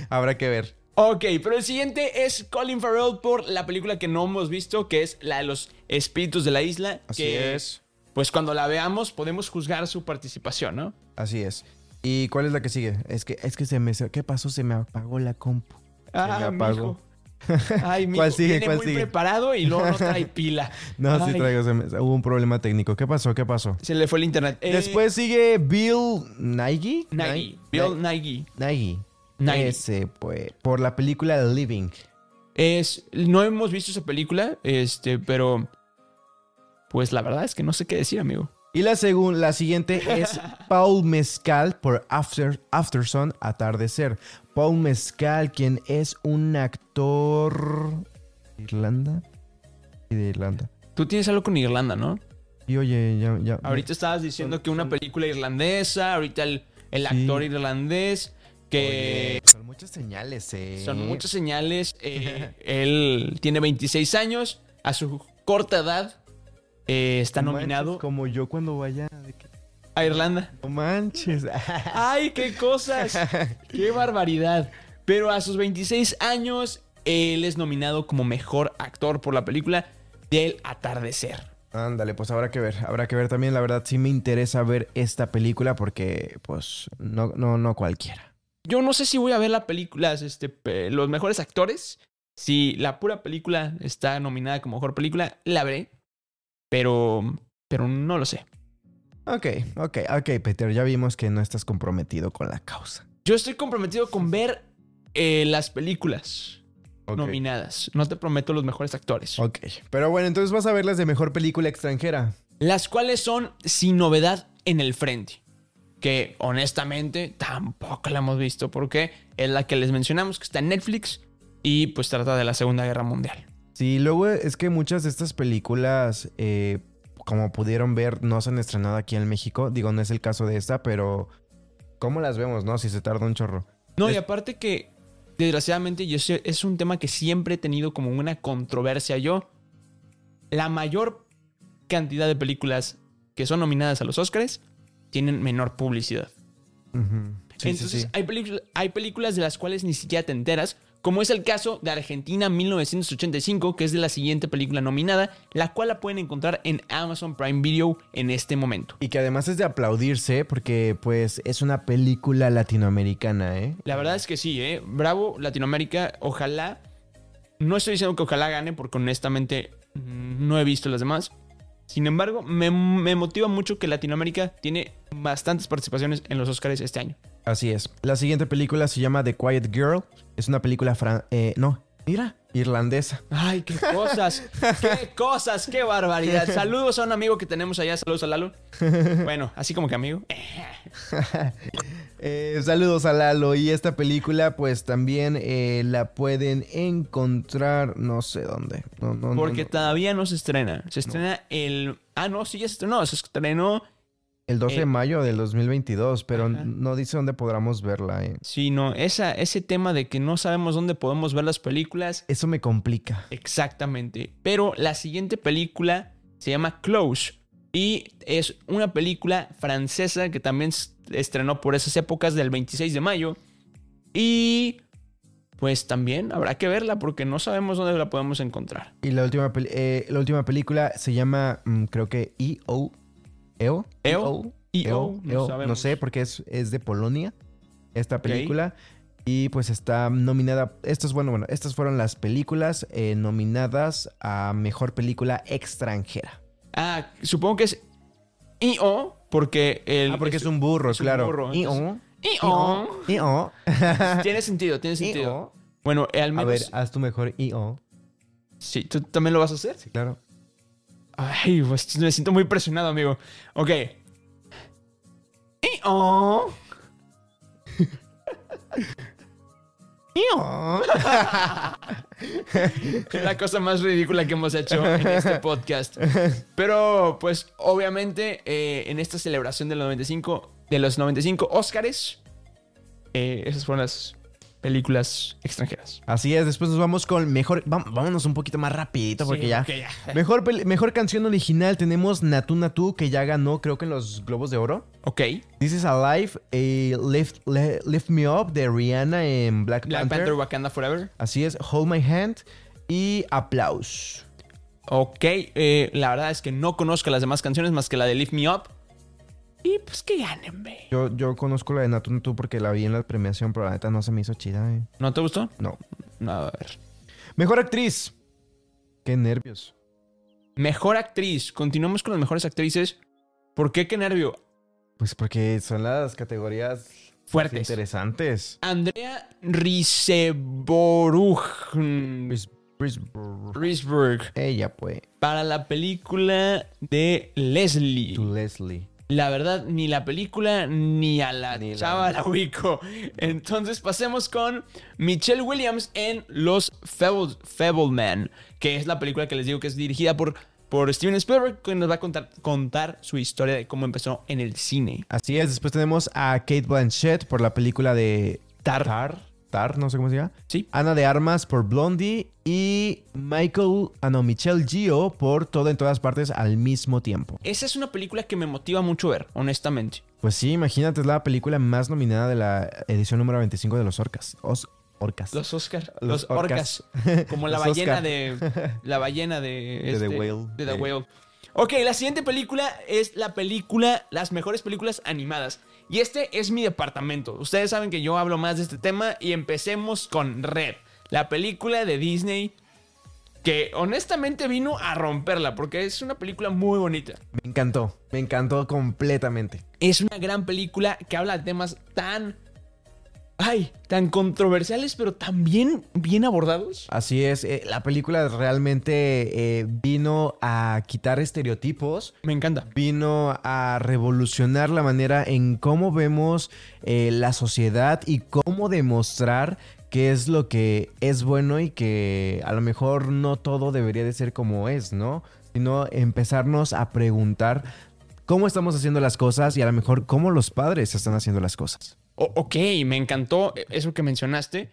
Speaker 1: Habrá que ver.
Speaker 2: ok, pero el siguiente es Colin Farrell por la película que no hemos visto, que es la de los espíritus de la isla.
Speaker 1: Así
Speaker 2: que,
Speaker 1: es.
Speaker 2: Pues cuando la veamos, podemos juzgar su participación, ¿no?
Speaker 1: Así es. ¿Y cuál es la que sigue? Es que, es que se me... se- ¿Qué pasó? Se me apagó la compu. me apagó.
Speaker 2: Ah, mijo. Ay, mijo,
Speaker 1: ¿Cuál sigue?
Speaker 2: viene
Speaker 1: ¿Cuál
Speaker 2: muy
Speaker 1: sigue?
Speaker 2: preparado y luego
Speaker 1: <laughs>
Speaker 2: no trae pila.
Speaker 1: No, sí
Speaker 2: Ay,
Speaker 1: traigo... se me- hubo un problema técnico. ¿Qué pasó? ¿Qué pasó?
Speaker 2: Se le fue el internet. Eh,
Speaker 1: Después sigue Bill Nighy.
Speaker 2: Nike. Bill Nike.
Speaker 1: Nighy.
Speaker 2: Nighy.
Speaker 1: Ese, pues. Por la película Living.
Speaker 2: Es, no hemos visto esa película, este, pero... Pues la verdad es que no sé qué decir, amigo.
Speaker 1: Y la, segun- la siguiente
Speaker 2: <laughs>
Speaker 1: es Paul Mezcal por After, Aftersun Atardecer. Paul Mezcal, quien es un actor. ¿De Irlanda? Sí, de Irlanda.
Speaker 2: Tú tienes algo con Irlanda, ¿no?
Speaker 1: Y oye, ya. ya-
Speaker 2: Ahorita estabas diciendo que una película irlandesa, ahorita el,
Speaker 1: Sí.
Speaker 2: el actor irlandés, que
Speaker 1: Oye, son muchas señales, eh.
Speaker 2: son muchas señales.
Speaker 1: <laughs>
Speaker 2: eh, él tiene 26 años, a su corta edad eh, está
Speaker 1: No manches,
Speaker 2: nominado
Speaker 1: Como yo cuando vaya. de que-
Speaker 2: a Irlanda.
Speaker 1: No manches. <laughs>
Speaker 2: ¡Ay, qué cosas! <laughs> ¡Qué barbaridad! Pero a sus 26 años, él es nominado como mejor actor por la película del atardecer.
Speaker 1: Ándale, pues habrá que ver, habrá que ver también. La verdad, sí me interesa ver esta película porque, pues, no, no, no cualquiera.
Speaker 2: Yo no sé si voy a ver las películas, este, pe- los mejores actores. Si la pura película está nominada como mejor película, la veré. Pero, pero no lo sé.
Speaker 1: Ok, ok, ok, Peter, ya vimos que no estás comprometido con la causa.
Speaker 2: Yo estoy comprometido con ver eh, las películas
Speaker 1: Ok.
Speaker 2: nominadas. No te prometo los mejores actores.
Speaker 1: Ok, pero bueno, entonces vas a ver las de mejor película extranjera.
Speaker 2: Las cuales son sin novedad en el frente. Que honestamente tampoco la hemos visto porque es la que les mencionamos que está en Netflix y pues trata de la Segunda Guerra Mundial.
Speaker 1: Sí, luego es que muchas de estas películas, eh, como pudieron ver, no se han estrenado aquí en México. Digo, no es el caso de esta, pero ¿cómo las vemos, no? Si se tarda un chorro.
Speaker 2: No, y
Speaker 1: Es-
Speaker 2: aparte que, desgraciadamente, yo sé- es un tema que siempre he tenido como una controversia. Yo, la mayor cantidad de películas que son nominadas a los Oscars tienen menor publicidad.
Speaker 1: Ujú. Sí,
Speaker 2: Entonces,
Speaker 1: sí, sí.
Speaker 2: Hay, pelicu- hay películas de las cuales ni siquiera te enteras, como es el caso de Argentina 1985, que es de la siguiente película nominada, la cual la pueden encontrar en Amazon Prime Video en este momento.
Speaker 1: Y que además es de aplaudirse porque pues es una película latinoamericana, ¿eh?
Speaker 2: La verdad es que sí, ¿eh? Bravo, Latinoamérica, ojalá. No estoy diciendo que ojalá gane, porque honestamente mm, no he visto las demás. Sin embargo, me, me motiva mucho que Latinoamérica tiene bastantes participaciones en los Oscars este año.
Speaker 1: Así es. La siguiente película se llama The Quiet Girl. Es una película fran... eh, no, mira, irlandesa.
Speaker 2: Ay, qué cosas, qué cosas, qué barbaridad. Saludos a un amigo que tenemos allá, saludos a Lalo. Bueno, así como que amigo. Eh,
Speaker 1: Eh, saludos a Lalo. Y esta película pues también eh, la pueden encontrar no sé dónde. No, no, no,
Speaker 2: Porque
Speaker 1: no.
Speaker 2: todavía no se estrena. Se estrena el... Ah, no, sí, ya se estrenó. Se estrenó...
Speaker 1: El 12
Speaker 2: eh,
Speaker 1: de mayo del 2022, pero
Speaker 2: ajá.
Speaker 1: no dice dónde podamos verla. eh.
Speaker 2: Sí, no, esa, ese tema de que no sabemos dónde podemos ver las películas.
Speaker 1: Eso me complica.
Speaker 2: Exactamente. Pero la siguiente película se llama Close. Y es una película francesa que también s- estrenó por esas épocas del 26 de mayo. Y pues también habrá que verla porque no sabemos dónde la podemos encontrar.
Speaker 1: Y la última, peli- eh, la última película se llama, mm, creo que E EO. EO.
Speaker 2: EO. Y
Speaker 1: EO,
Speaker 2: oh, no
Speaker 1: EO,
Speaker 2: sabemos.
Speaker 1: E no sé, porque es, es de Polonia esta película. Y pues está nominada. Estas, bueno, bueno, estas fueron las películas eh, nominadas a mejor película extranjera.
Speaker 2: Ah, supongo que es IO porque el
Speaker 1: ah, porque es, un burro,
Speaker 2: es un
Speaker 1: claro. oh.
Speaker 2: burro,
Speaker 1: Y-o,
Speaker 2: IO.
Speaker 1: y-o, y-o,
Speaker 2: <laughs> Tiene sentido, tiene sentido.
Speaker 1: y-o.
Speaker 2: Bueno, eh, al
Speaker 1: oh. A
Speaker 2: menos
Speaker 1: ver, haz tu mejor IO.
Speaker 2: sí, tú también lo vas a hacer.
Speaker 1: Sí, claro.
Speaker 2: Ay, pues me siento muy presionado, amigo. Ok. Y- oh. Oh.
Speaker 1: I-o.
Speaker 2: Es la cosa más ridícula que hemos hecho
Speaker 1: <laughs>
Speaker 2: en este podcast. Pero, pues, obviamente, eh, en esta celebración de los 95, de los 95 Óscares, eh, esas fueron las películas extranjeras.
Speaker 1: Así es, después nos vamos con mejor. vam- vámonos un poquito más rapidito porque
Speaker 2: Sí,
Speaker 1: ya.
Speaker 2: porque ya.
Speaker 1: Mejor, pel- mejor canción original tenemos Natu Natu, que ya ganó, creo que en los Globos de Oro.
Speaker 2: Ok.
Speaker 1: This is Alive, eh, lift, Le- Lift Me Up de Rihanna en Black,
Speaker 2: Black
Speaker 1: Panther.
Speaker 2: Panther Wakanda Forever.
Speaker 1: Así es, Hold My Hand y Applause.
Speaker 2: Ok. eh, la verdad es que no conozco las demás canciones más que la de Lift Me Up. Y pues que ganen, güey.
Speaker 1: Yo, yo conozco la de Natu Natu porque la vi en la premiación, pero la neta no se me hizo chida. eh.
Speaker 2: ¿No te gustó?
Speaker 1: No.
Speaker 2: No, a ver.
Speaker 1: Mejor actriz. Qué nervios.
Speaker 2: Mejor actriz. Continuamos con las mejores actrices. ¿Por qué qué nervio?
Speaker 1: Pues porque son las categorías
Speaker 2: Fuertes.
Speaker 1: interesantes.
Speaker 2: Andrea Riseborug.
Speaker 1: Chris- Chris Brr-
Speaker 2: Risberg.
Speaker 1: Ella, pues.
Speaker 2: Para la película de Leslie.
Speaker 1: To Leslie.
Speaker 2: La verdad, ni la película ni a la
Speaker 1: Ni la- <laughs>
Speaker 2: chava la ubico. Entonces pasemos con Michelle Williams en Los Fable, Fableman, que es la película que les digo que es dirigida por, por Steven Spielberg, que nos va a contar, contar su historia de cómo empezó en el cine.
Speaker 1: Así es, después tenemos a Kate Blanchett por la película de
Speaker 2: Tar.
Speaker 1: Tar, Tar, no sé cómo se llama.
Speaker 2: Sí.
Speaker 1: Ana de Armas por Blondie y Michael, ah no, Michelle Gio por Todo en Todas Partes al mismo tiempo.
Speaker 2: Esa es una película que me motiva mucho ver, honestamente.
Speaker 1: Pues sí, imagínate, es la película más nominada de la edición número 25 de los Orcas. Os, orcas.
Speaker 2: Los Oscars, los,
Speaker 1: Los
Speaker 2: orcas.
Speaker 1: orcas.
Speaker 2: como la
Speaker 1: Los
Speaker 2: ballena
Speaker 1: Oscar.
Speaker 2: de la ballena de, este,
Speaker 1: De The Whale.
Speaker 2: de The
Speaker 1: Sí.
Speaker 2: Whale. Ok, la siguiente película es la película, las mejores películas animadas. Y este es mi departamento. Ustedes saben que yo hablo más de este tema y empecemos con Red, la película de Disney que honestamente vino a romperla porque es una película muy bonita.
Speaker 1: Me encantó, me encantó completamente.
Speaker 2: Es una gran película que habla de temas tan... Ay, tan controversiales, pero también bien abordados.
Speaker 1: Así es, eh, la película realmente eh, vino a quitar estereotipos,
Speaker 2: Me encanta.
Speaker 1: vino a revolucionar la manera en cómo vemos eh, la sociedad y cómo demostrar qué es lo que es bueno y que a lo mejor no todo debería de ser como es, ¿no? Sino empezarnos a preguntar cómo estamos haciendo las cosas y a lo mejor cómo los padres están haciendo las cosas.
Speaker 2: O- ok, me encantó eso que mencionaste.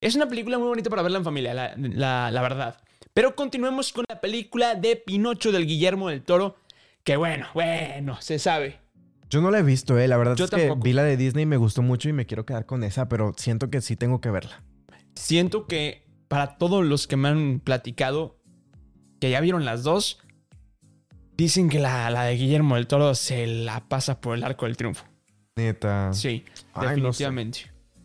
Speaker 2: Es una película muy bonita para verla en familia, la, la- la verdad. Pero continuemos con la película de Pinocho del Guillermo del Toro. Que bueno, bueno, se sabe.
Speaker 1: Yo no la he visto, eh. La verdad
Speaker 2: Yo
Speaker 1: es que
Speaker 2: tampoco.
Speaker 1: vi la de Disney, me gustó mucho y me quiero quedar con esa, pero siento que sí tengo que verla.
Speaker 2: Siento que para todos los que me han platicado, que ya vieron las dos, dicen que la, la de Guillermo del Toro se la pasa por el arco del triunfo.
Speaker 1: Neta.
Speaker 2: Sí,
Speaker 1: Ay, no sé.
Speaker 2: definitivamente.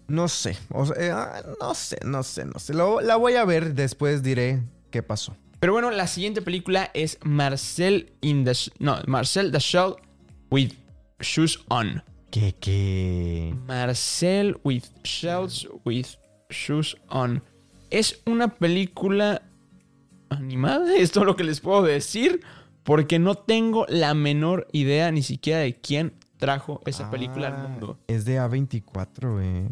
Speaker 1: No sé. O sea, eh, ah, no sé, no sé, no sé. Lo- la voy a ver, después diré qué pasó.
Speaker 2: Pero bueno, la siguiente película es Marcel in the Sh- no, Marcel the Shell with Shoes On.
Speaker 1: ¿Qué, qué?
Speaker 2: Marcel with Shells with Shoes On. Es una película animada, <laughs> es todo lo que les puedo decir, porque no tengo la menor idea ni siquiera de quién trajo esa película al
Speaker 1: Ah.
Speaker 2: mundo.
Speaker 1: Es de A24, eh.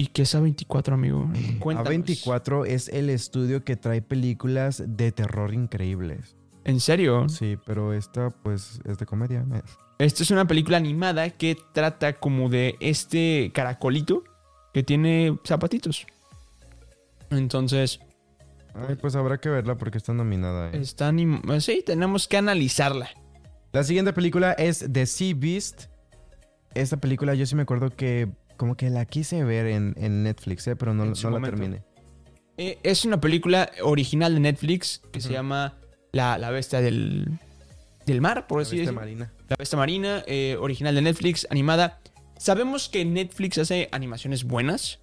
Speaker 2: ¿Y qué es A24, amigo? Cuéntanos.
Speaker 1: A24 es el estudio que trae películas de terror increíbles.
Speaker 2: ¿En serio?
Speaker 1: Sí, pero esta, pues, es de comedia. eh.
Speaker 2: Esta es una película animada que trata como de este caracolito que tiene zapatitos. Entonces,
Speaker 1: Ay, pues habrá que verla porque está nominada. eh.
Speaker 2: está anim- sí, tenemos que analizarla.
Speaker 1: La siguiente película es The Sea Beast. Esta película yo sí me acuerdo que como que la quise ver en, en Netflix, eh, pero no,
Speaker 2: En
Speaker 1: no
Speaker 2: su
Speaker 1: la
Speaker 2: momento.
Speaker 1: terminé.
Speaker 2: Eh, es una película original de Netflix que se
Speaker 1: Ujú.
Speaker 2: llama La, la Bestia del, del Mar, por así decirlo.
Speaker 1: Marina.
Speaker 2: La Bestia Marina, eh, original de Netflix, animada. Sabemos que Netflix hace animaciones buenas,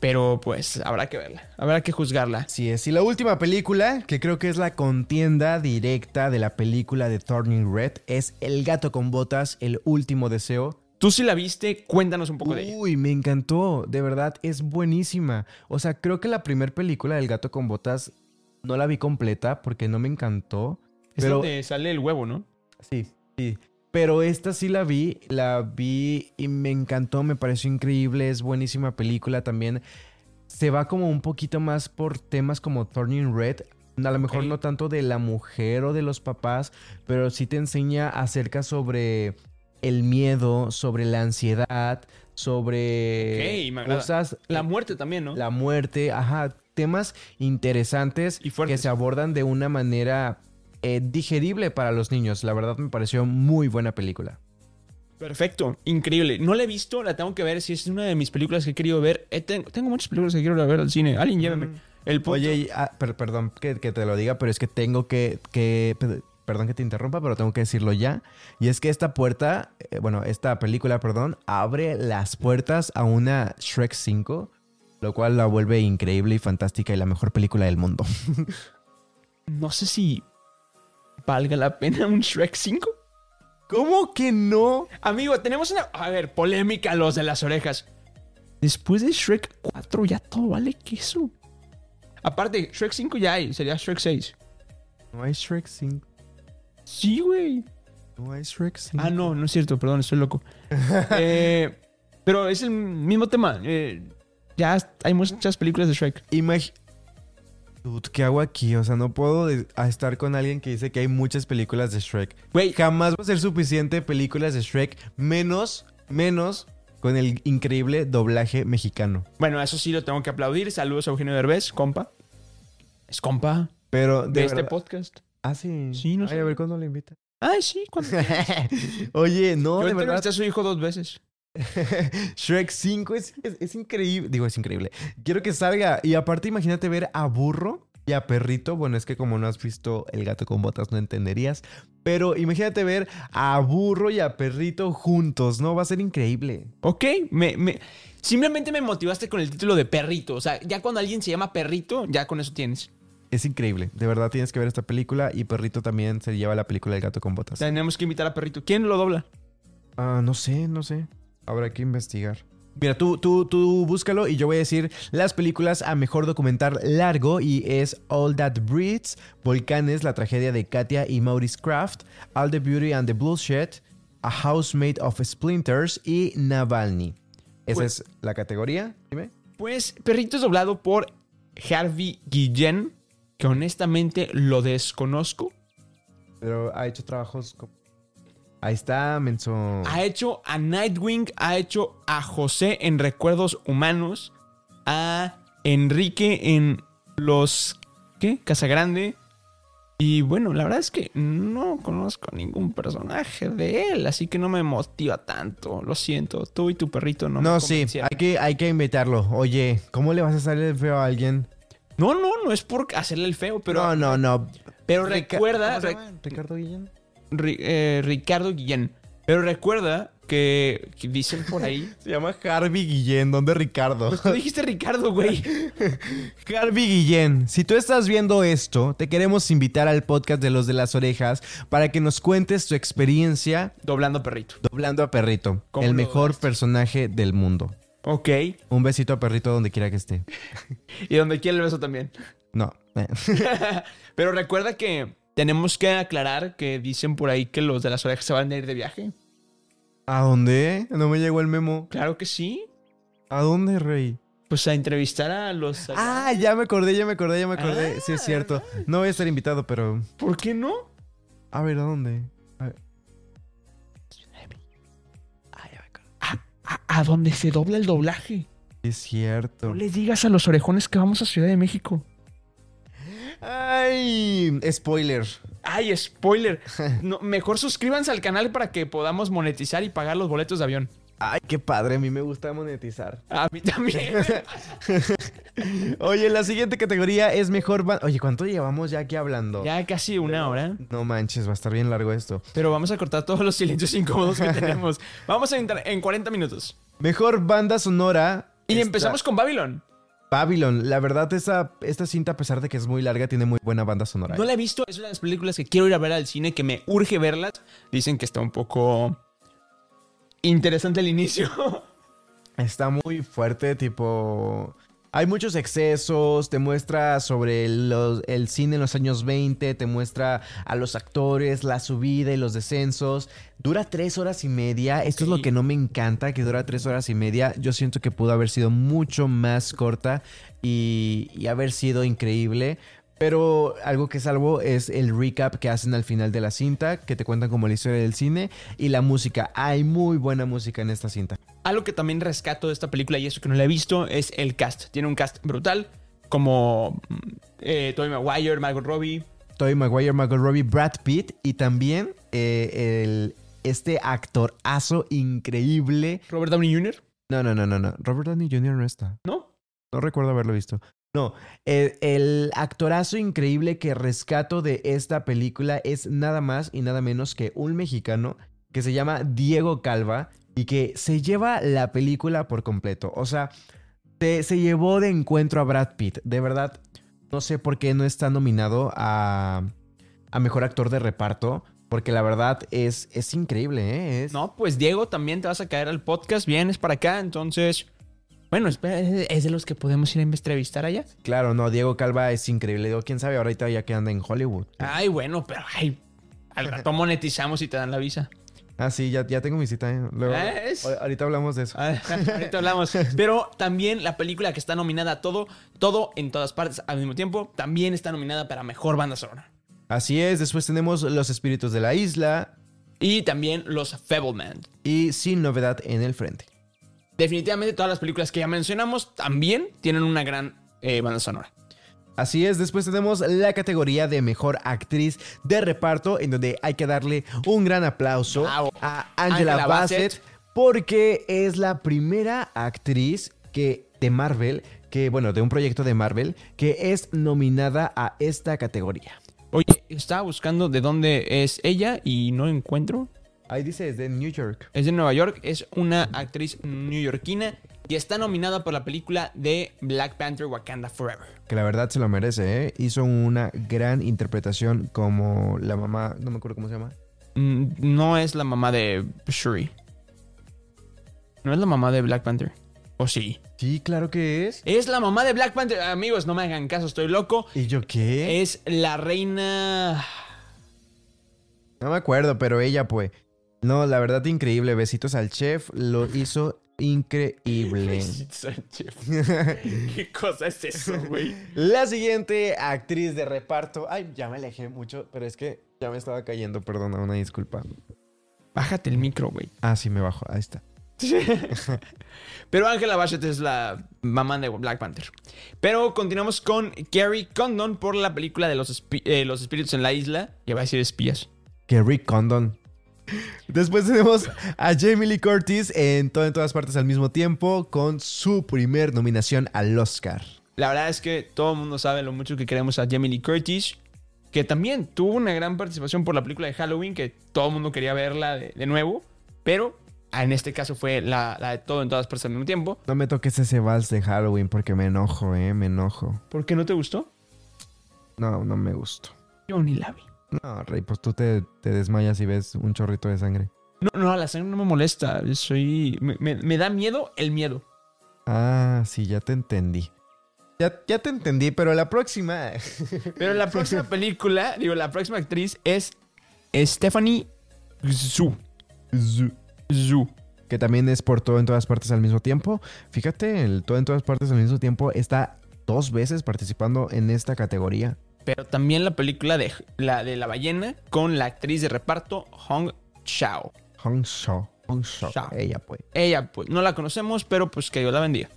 Speaker 2: pero pues habrá que verla, habrá que juzgarla.
Speaker 1: Así es. Y la última película, que creo que es la contienda directa de la película de Turning Red, es El gato con botas, el último deseo.
Speaker 2: Tú si la viste, cuéntanos un poco de ella.
Speaker 1: Uy, me encantó. De verdad, es buenísima. O sea, creo que la primera película del gato con botas no la vi completa porque no me encantó.
Speaker 2: Es
Speaker 1: Pero-
Speaker 2: donde sale el huevo, ¿no?
Speaker 1: Sí, sí. Pero esta sí la vi, la vi y me encantó, me pareció increíble, es buenísima película también. Se va como un poquito más por temas como Turning Red, a lo mejor
Speaker 2: Ok.
Speaker 1: no tanto de la mujer o de los papás, pero sí te enseña acerca sobre el miedo, sobre la ansiedad, sobre
Speaker 2: Ok, me agrada.
Speaker 1: cosas,
Speaker 2: La muerte también, ¿no?
Speaker 1: Eh, la muerte, ajá, temas interesantes
Speaker 2: Y
Speaker 1: que
Speaker 2: fuertes.
Speaker 1: se abordan de una manera eh, digerible para los niños. La verdad me pareció muy buena película.
Speaker 2: Perfecto, increíble. No la he visto, la tengo que ver. Si es una de mis películas que he querido ver. Eh, ten- tengo, muchas películas que quiero ir a ver al cine. Alguien lléveme. El punto-
Speaker 1: Mm. Oye, y, ah, per- perdón que, que te lo diga, pero es que tengo que, que- pe- Perdón que te interrumpa, pero tengo que decirlo ya. Y es que esta puerta, eh, bueno, esta película, perdón, abre las puertas a una Shrek 5, lo cual la vuelve increíble y fantástica y la mejor película del mundo.
Speaker 2: no sé si valga la pena un Shrek 5.
Speaker 1: ¿Cómo que no?
Speaker 2: Amigo, tenemos una. A ver, polémica los de las orejas. Después de Shrek 4 ya todo vale queso. Aparte, Shrek 5 ya hay, sería Shrek 6.
Speaker 1: No hay Shrek 5.
Speaker 2: Sí, güey.
Speaker 1: No hay Shrek 5.
Speaker 2: Ah, no, no es cierto, perdón, estoy loco. Eh, pero es el mismo tema. eh, ya hay muchas películas de Shrek.
Speaker 1: Imag... Dude, ¿qué hago aquí? O sea, no puedo de- a estar con alguien que dice que hay muchas películas de Shrek.
Speaker 2: Güey,
Speaker 1: Jamás va a ser suficiente películas de Shrek, menos, menos con el increíble doblaje mexicano.
Speaker 2: bueno, eso sí lo tengo que aplaudir. Saludos a Eugenio Derbez, compa. Es compa
Speaker 1: Pero
Speaker 2: de,
Speaker 1: de,
Speaker 2: este
Speaker 1: verdad-
Speaker 2: podcast.
Speaker 1: Ah, sí.
Speaker 2: Sí, no
Speaker 1: Ay,
Speaker 2: sé.
Speaker 1: a ver cuándo lo invita.
Speaker 2: Ay, sí, cuando.
Speaker 1: <laughs> Oye, no,
Speaker 2: Yo
Speaker 1: de verdad.
Speaker 2: entrevisté a su hijo dos veces.
Speaker 1: Shrek 5 es, es- es increíble. Digo, es increíble. Quiero que salga. Y aparte, imagínate ver a burro y a perrito. Bueno, es que como no has visto El gato con botas, no entenderías. Pero imagínate ver a burro y a perrito juntos, ¿no? Va a ser increíble.
Speaker 2: Ok, me, me- simplemente me motivaste con el título de perrito. O sea, ya cuando alguien se llama perrito, ya con eso tienes.
Speaker 1: Es increíble. De verdad tienes que ver esta película. Y Perrito también se lleva la película El gato con botas.
Speaker 2: Tenemos que invitar a Perrito. ¿Quién lo dobla?
Speaker 1: Ah, no sé, no sé. Habrá que investigar. Mira, tú, tú, tú búscalo y yo voy a decir las películas a mejor documentar largo y es All That Breeds, Volcanes, la tragedia de Katia y Maurice Kraft, All the Beauty and the Bullshit, A House Made of Splinters y Navalny. Esa
Speaker 2: Pues-
Speaker 1: es la categoría. Dime.
Speaker 2: Pues Perrito es doblado por Harvey Guillén, que honestamente lo desconozco.
Speaker 1: Pero ha hecho trabajos como... Ahí está, menso.
Speaker 2: Ha hecho a Nightwing, ha hecho a José en Recuerdos Humanos, a Enrique en Los. ¿Qué? Casa Grande. Y bueno, la verdad es que no conozco ningún personaje de él, así que no me motiva tanto. Lo siento, tú y tu perrito no. me
Speaker 1: No, sí,
Speaker 2: convencieron.
Speaker 1: hay que, hay que invitarlo. Oye, ¿cómo le vas a salir el feo a alguien?
Speaker 2: No, no, no es por hacerle el feo, pero,
Speaker 1: no, no, no.
Speaker 2: pero
Speaker 1: Rica- ¿Cómo
Speaker 2: recuerda.
Speaker 1: se
Speaker 2: re-
Speaker 1: llama? Ricardo Guillén.
Speaker 2: Ri- eh, Ricardo Guillén. Pero recuerda que, que dicen
Speaker 1: <laughs>
Speaker 2: por ahí. Pues
Speaker 1: Se llama Harvey Guillén, ¿dónde Ricardo? <laughs>
Speaker 2: Tú dijiste Ricardo, güey.
Speaker 1: Harvey Guillén, si tú estás viendo esto, te queremos invitar al podcast de Los de las Orejas para que nos cuentes tu experiencia
Speaker 2: Doblando perrito.
Speaker 1: doblando a Perrito,
Speaker 2: ¿Cómo
Speaker 1: el
Speaker 2: lo
Speaker 1: mejor
Speaker 2: doblaste?
Speaker 1: personaje del mundo.
Speaker 2: Ok.
Speaker 1: Un besito a Perrito donde quiera que esté.
Speaker 2: Y donde quiera el beso también.
Speaker 1: No. <laughs> eh.
Speaker 2: Pero recuerda que tenemos que aclarar que dicen por ahí que los de las orejas se van a ir de viaje.
Speaker 1: ¿A dónde? No me llegó el memo.
Speaker 2: Claro que sí.
Speaker 1: ¿A dónde, rey?
Speaker 2: Pues a entrevistar a los.
Speaker 1: Ah, ya me acordé, ya me acordé, ya me acordé.
Speaker 2: Ah.
Speaker 1: sí, es cierto. No voy a estar invitado, pero...
Speaker 2: ¿Por qué no?
Speaker 1: A ver, ¿a dónde? A ver.
Speaker 2: ¿A, a donde se dobla el doblaje.
Speaker 1: Sí, Es cierto.
Speaker 2: No les digas a los orejones que vamos a Ciudad de México.
Speaker 1: Ay, spoiler.
Speaker 2: Ay, spoiler. No, mejor suscríbanse al canal para que podamos monetizar y pagar los boletos de avión.
Speaker 1: Ay, qué padre, a mí me gusta monetizar.
Speaker 2: A mí también.
Speaker 1: Oye, la siguiente categoría es mejor banda. Oye, ¿cuánto llevamos ya aquí hablando?
Speaker 2: ya casi una hora.
Speaker 1: No manches, va a estar bien largo esto.
Speaker 2: Pero vamos a cortar todos los silencios incómodos que tenemos. Vamos a entrar en 40 minutos.
Speaker 1: Mejor banda sonora.
Speaker 2: Y
Speaker 1: está
Speaker 2: empezamos con Babylon.
Speaker 1: Babylon. La verdad, esa, esta cinta, a pesar de que es muy larga, tiene muy buena banda sonora.
Speaker 2: No la he visto. Es una de las películas que quiero ir a ver al cine, que me urge verlas. Dicen que está un poco interesante el inicio. <laughs>
Speaker 1: Está muy fuerte, tipo... Hay muchos excesos, te muestra sobre los- el cine en los años 20, te muestra a los actores, la subida y los descensos. Dura tres horas y media, esto es lo
Speaker 2: Sí.
Speaker 1: que no me encanta, que dura tres horas y media. Yo siento que pudo haber sido mucho más corta y, y haber sido increíble. Pero algo que salvo es el recap que hacen al final de la cinta, que te cuentan como la historia del cine y la música. Hay muy buena música en esta cinta.
Speaker 2: Algo que también rescato de esta película y eso que no la he visto es el cast. Tiene un cast brutal, como mm, eh, Tobey Maguire, Margot Robbie.
Speaker 1: Tobey Maguire, Margot Robbie, Brad Pitt y también eh, el, este actorazo increíble.
Speaker 2: Robert Downey Jr.,
Speaker 1: No, no, no, no, no. Robert Downey Jr. no está.
Speaker 2: ¿no?
Speaker 1: No recuerdo haberlo visto. No, el, el actorazo increíble que rescato de esta película es nada más y nada menos que un mexicano que se llama Diego Calva y que se lleva la película por completo. O sea, te- se llevó de encuentro a Brad Pitt. De verdad, no sé por qué no está nominado a, a Mejor Actor de Reparto, porque la verdad es, es increíble, ¿eh? Es-
Speaker 2: No, pues Diego, también te vas a caer al podcast, vienes para acá, entonces... Bueno, espera, es es de los que podemos ir a entrevistar allá.
Speaker 1: Claro, no, Diego Calva es increíble. Digo, quién sabe ahorita ya que anda en Hollywood.
Speaker 2: Ay, bueno, pero ay, al rato monetizamos y te dan la visa.
Speaker 1: Ah, sí, ya, ya tengo mi cita. ¿eh? Luego,
Speaker 2: Ah, es-
Speaker 1: ahor- Ahorita hablamos de eso.
Speaker 2: Ah, <laughs> Ahorita hablamos. Pero también la película que está nominada a todo, todo en todas partes al mismo tiempo, también está nominada para mejor banda sonora.
Speaker 1: Así es, después tenemos Los Espíritus de la Isla
Speaker 2: Y también los Fableman.
Speaker 1: y Sin Novedad en el Frente.
Speaker 2: Definitivamente todas las películas que ya mencionamos también tienen una gran eh, banda sonora.
Speaker 1: Así es, después tenemos la categoría de Mejor Actriz de Reparto, en donde hay que darle un gran aplauso
Speaker 2: Bravo.
Speaker 1: a Angela,
Speaker 2: Angela
Speaker 1: Bassett,
Speaker 2: Bassett.
Speaker 1: porque es la primera actriz que, de Marvel, que bueno, de un proyecto de Marvel, que es nominada a esta categoría.
Speaker 2: Oye, estaba buscando de dónde es ella y no encuentro.
Speaker 1: Ahí dice, es de New York.
Speaker 2: Es de Nueva York, es una actriz neoyorquina y está nominada por la película de Black Panther Wakanda Forever.
Speaker 1: Que la verdad se lo merece, ¿eh? Hizo una gran interpretación como la mamá, no me acuerdo cómo se llama.
Speaker 2: Mm, No es la mamá de Shuri. No es la mamá de Black Panther. ¿O sí?
Speaker 1: Sí, claro que es.
Speaker 2: Es la mamá de Black Panther. Amigos, no me hagan caso, estoy loco.
Speaker 1: ¿Y yo qué?
Speaker 2: Es la reina...
Speaker 1: No me acuerdo, pero ella pues. No, la verdad increíble. Besitos al chef, lo hizo increíble.
Speaker 2: <laughs> ¿Qué cosa es eso, güey?
Speaker 1: La siguiente actriz de reparto. Ay, ya me alejé mucho, pero es que ya me estaba cayendo, perdona, una disculpa.
Speaker 2: Bájate el micro, güey.
Speaker 1: Ah, sí, me bajo, ahí está.
Speaker 2: Pero Angela Bassett es la mamá de Black Panther. Pero continuamos con Carrie Condon por la película de los, espi- eh, los espíritus en la isla. Ya va a decir espías.
Speaker 1: Kerry Condon. Después tenemos a Jamie Lee Curtis en, to- en todas partes al mismo tiempo con su primer nominación al Oscar.
Speaker 2: La verdad es que todo el mundo sabe lo mucho que queremos a Jamie Lee Curtis, que también tuvo una gran participación por la película de Halloween, que todo el mundo quería verla de, de nuevo, pero en este caso fue la, la de todo en todas partes al mismo tiempo.
Speaker 1: No me toques ese vals de Halloween porque me enojo, eh, me enojo.
Speaker 2: ¿Por qué no te gustó?
Speaker 1: No, no me gustó.
Speaker 2: Yo ni la vi.
Speaker 1: No, Rey, pues tú te, te desmayas y ves un chorrito de sangre.
Speaker 2: No, no, la sangre no me molesta. Soy. Me, me- me da miedo el miedo.
Speaker 1: Ah, sí, ya te entendí. Ya, ya te entendí, pero la próxima. <laughs>
Speaker 2: Pero la próxima película, digo, la próxima actriz es Stephanie Zhu.
Speaker 1: Zu-
Speaker 2: Zhu.
Speaker 1: que también es por todo en todas partes al mismo tiempo. Fíjate, el todo en todas partes al mismo tiempo está dos veces participando en esta categoría.
Speaker 2: Pero también la película de la, de la ballena con la actriz de reparto Hong Chao.
Speaker 1: Hong Shao. Hong Shao.
Speaker 2: Shao.
Speaker 1: Ella pues.
Speaker 2: Ella, pues, no la conocemos, pero pues que Dios la bendiga.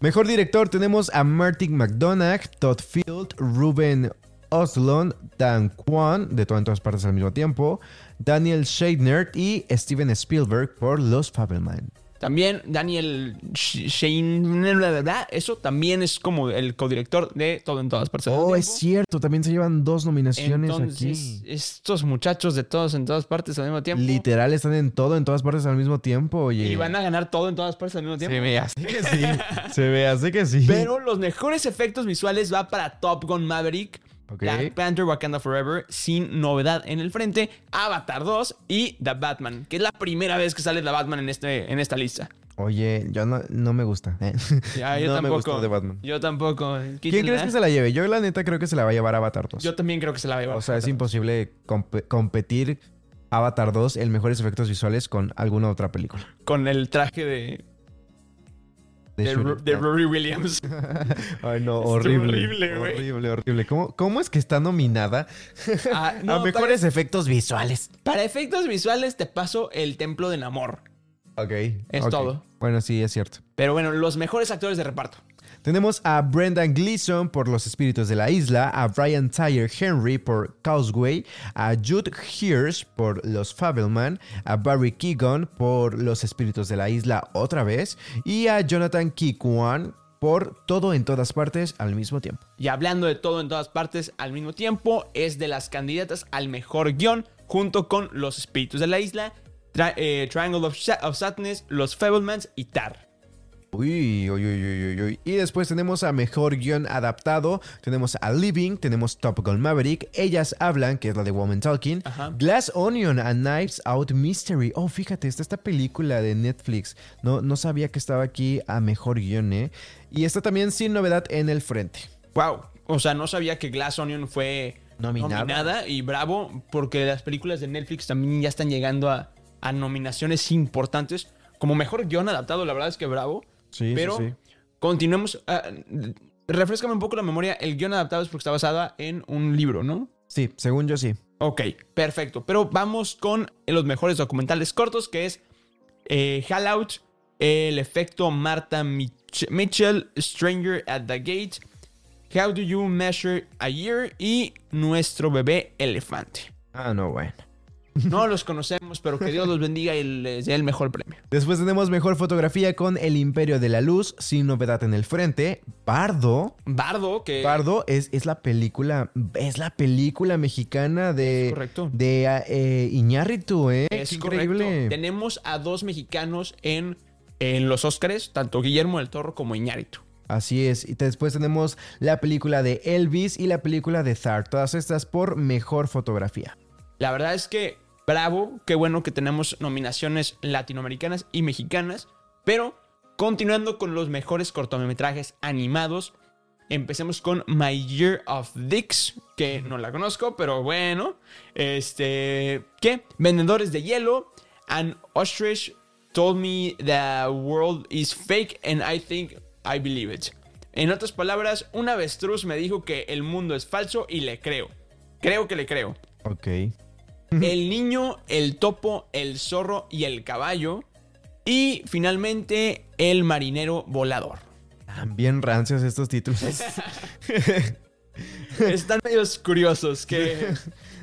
Speaker 1: Mejor director tenemos a Martin McDonagh, Todd Field, Ruben Oslund, Dan Kwan, de todo en todas partes al mismo tiempo, Daniel Shadner y Steven Spielberg por Los Fabelman.
Speaker 2: También Daniel Sh- Shane, bla, bla, bla, eso también es como el codirector de Todo en Todas Partes. al
Speaker 1: Oh,
Speaker 2: Mismo
Speaker 1: es
Speaker 2: Tiempo.
Speaker 1: cierto, también se llevan dos nominaciones
Speaker 2: Entonces,
Speaker 1: aquí.
Speaker 2: estos muchachos de Todos en Todas Partes al mismo tiempo.
Speaker 1: Literal, están en todo, en todas partes al mismo tiempo. Oye.
Speaker 2: Y van a ganar todo en todas partes al mismo tiempo.
Speaker 1: Se ve así que
Speaker 2: <laughs>
Speaker 1: sí. Se ve así que sí.
Speaker 2: Pero los mejores efectos visuales va para Top Gun Maverick,
Speaker 1: Ok.
Speaker 2: Black Panther Wakanda Forever, Sin Novedad en el Frente, Avatar 2 y The Batman, que es la primera vez que sale The Batman en, este, en
Speaker 1: <laughs>
Speaker 2: esta lista.
Speaker 1: Oye, yo no, no me gusta. ¿eh?
Speaker 2: Ya, yo
Speaker 1: no me
Speaker 2: tampoco.
Speaker 1: gustó de Batman.
Speaker 2: Yo tampoco.
Speaker 1: ¿Quién crees que se la lleve? Yo la neta creo que se la va a llevar Avatar 2.
Speaker 2: Yo también creo que se la va a llevar.
Speaker 1: o sea, es imposible comp- competir Avatar 2 en mejores efectos visuales con alguna otra película.
Speaker 2: Con el traje de,
Speaker 1: De
Speaker 2: de
Speaker 1: Shuri.
Speaker 2: Ro- de Rory Williams.
Speaker 1: <laughs> Ay, no,
Speaker 2: Estuvo
Speaker 1: horrible.
Speaker 2: horrible, güey.
Speaker 1: horrible, horrible. ¿Cómo, ¿Cómo es que está nominada
Speaker 2: Ah, no,
Speaker 1: a mejores efectos visuales?
Speaker 2: para, para efectos visuales te paso el Templo de Namor.
Speaker 1: Ok.
Speaker 2: Es
Speaker 1: ok.
Speaker 2: todo.
Speaker 1: Bueno, sí, es cierto.
Speaker 2: Pero bueno, los mejores actores de reparto.
Speaker 1: Tenemos a Brendan Gleeson por Los Espíritus de la Isla, a Brian Tyler Henry por Causeway, a Jude Hirsch por Los Fabelman, a Barry Keegan por Los Espíritus de la Isla otra vez y a Jonathan Kikwan por Todo en Todas Partes al mismo tiempo.
Speaker 2: Y hablando de todo en todas partes al mismo tiempo, es de las candidatas al mejor guión, junto con Los Espíritus de la Isla, Tra- eh, Triangle of, Sa- of Sadness, Los Fablemans y Tar.
Speaker 1: Uy, uy, uy, uy, uy, uy. Y después tenemos a Mejor Guión Adaptado, tenemos a Living, tenemos Top Gun Maverick, Ellas Hablan, que es la de Woman Talking,
Speaker 2: Ajá.
Speaker 1: Glass Onion and Knives Out Mystery. Oh, fíjate, está esta película de Netflix. No, no sabía que estaba aquí a Mejor Guión, ¿eh? Y está también sin novedad en el frente.
Speaker 2: Wow. O sea, no sabía que Glass Onion fue
Speaker 1: Nominada.
Speaker 2: nominada, y bravo, porque las películas de Netflix también ya están llegando a, a nominaciones importantes. Como mejor guión adaptado, la verdad es que bravo.
Speaker 1: Sí,
Speaker 2: Pero continuemos. ah, refrescame un poco la memoria. El guión adaptado es porque está basada en un libro, ¿no?
Speaker 1: Sí, según yo sí.
Speaker 2: Ok, perfecto. Pero vamos con los mejores documentales cortos, que es eh, Hall Out, El Efecto Marta Mich- Mitchell, Stranger at the Gate, How Do You Measure a Year y Nuestro Bebé Elefante.
Speaker 1: Ah, no, bueno.
Speaker 2: No los conocemos, pero que Dios los bendiga y les dé el mejor premio.
Speaker 1: Después tenemos Mejor Fotografía con El Imperio de la Luz, sin novedad en el frente, Bardo.
Speaker 2: Bardo, que...
Speaker 1: Pardo es, es la película, es la película mexicana de,
Speaker 2: Es correcto.
Speaker 1: de ah, eh, Iñárritu, ¿eh?
Speaker 2: Es
Speaker 1: Qué
Speaker 2: correcto. Tenemos a dos mexicanos en en los Óscares, tanto Guillermo del Toro como Iñárritu.
Speaker 1: Así es. Y después tenemos la película de Elvis y la película de Thar. Todas estas por mejor fotografía.
Speaker 2: La verdad es que bravo, qué bueno que tenemos nominaciones latinoamericanas y mexicanas, pero continuando con los mejores cortometrajes animados, empecemos con My Year of Dicks, que no la conozco, pero bueno, este, ¿qué? Vendedores de hielo, An Ostrich Told Me The World Is Fake and I Think I Believe It. En otras palabras, un avestruz me dijo que el mundo es falso y le creo. Creo que le creo.
Speaker 1: Ok.
Speaker 2: El niño, el topo, el zorro y el caballo. Y finalmente, el marinero volador.
Speaker 1: Bien rancios estos
Speaker 2: <laughs>
Speaker 1: títulos.
Speaker 2: Están medios curiosos que...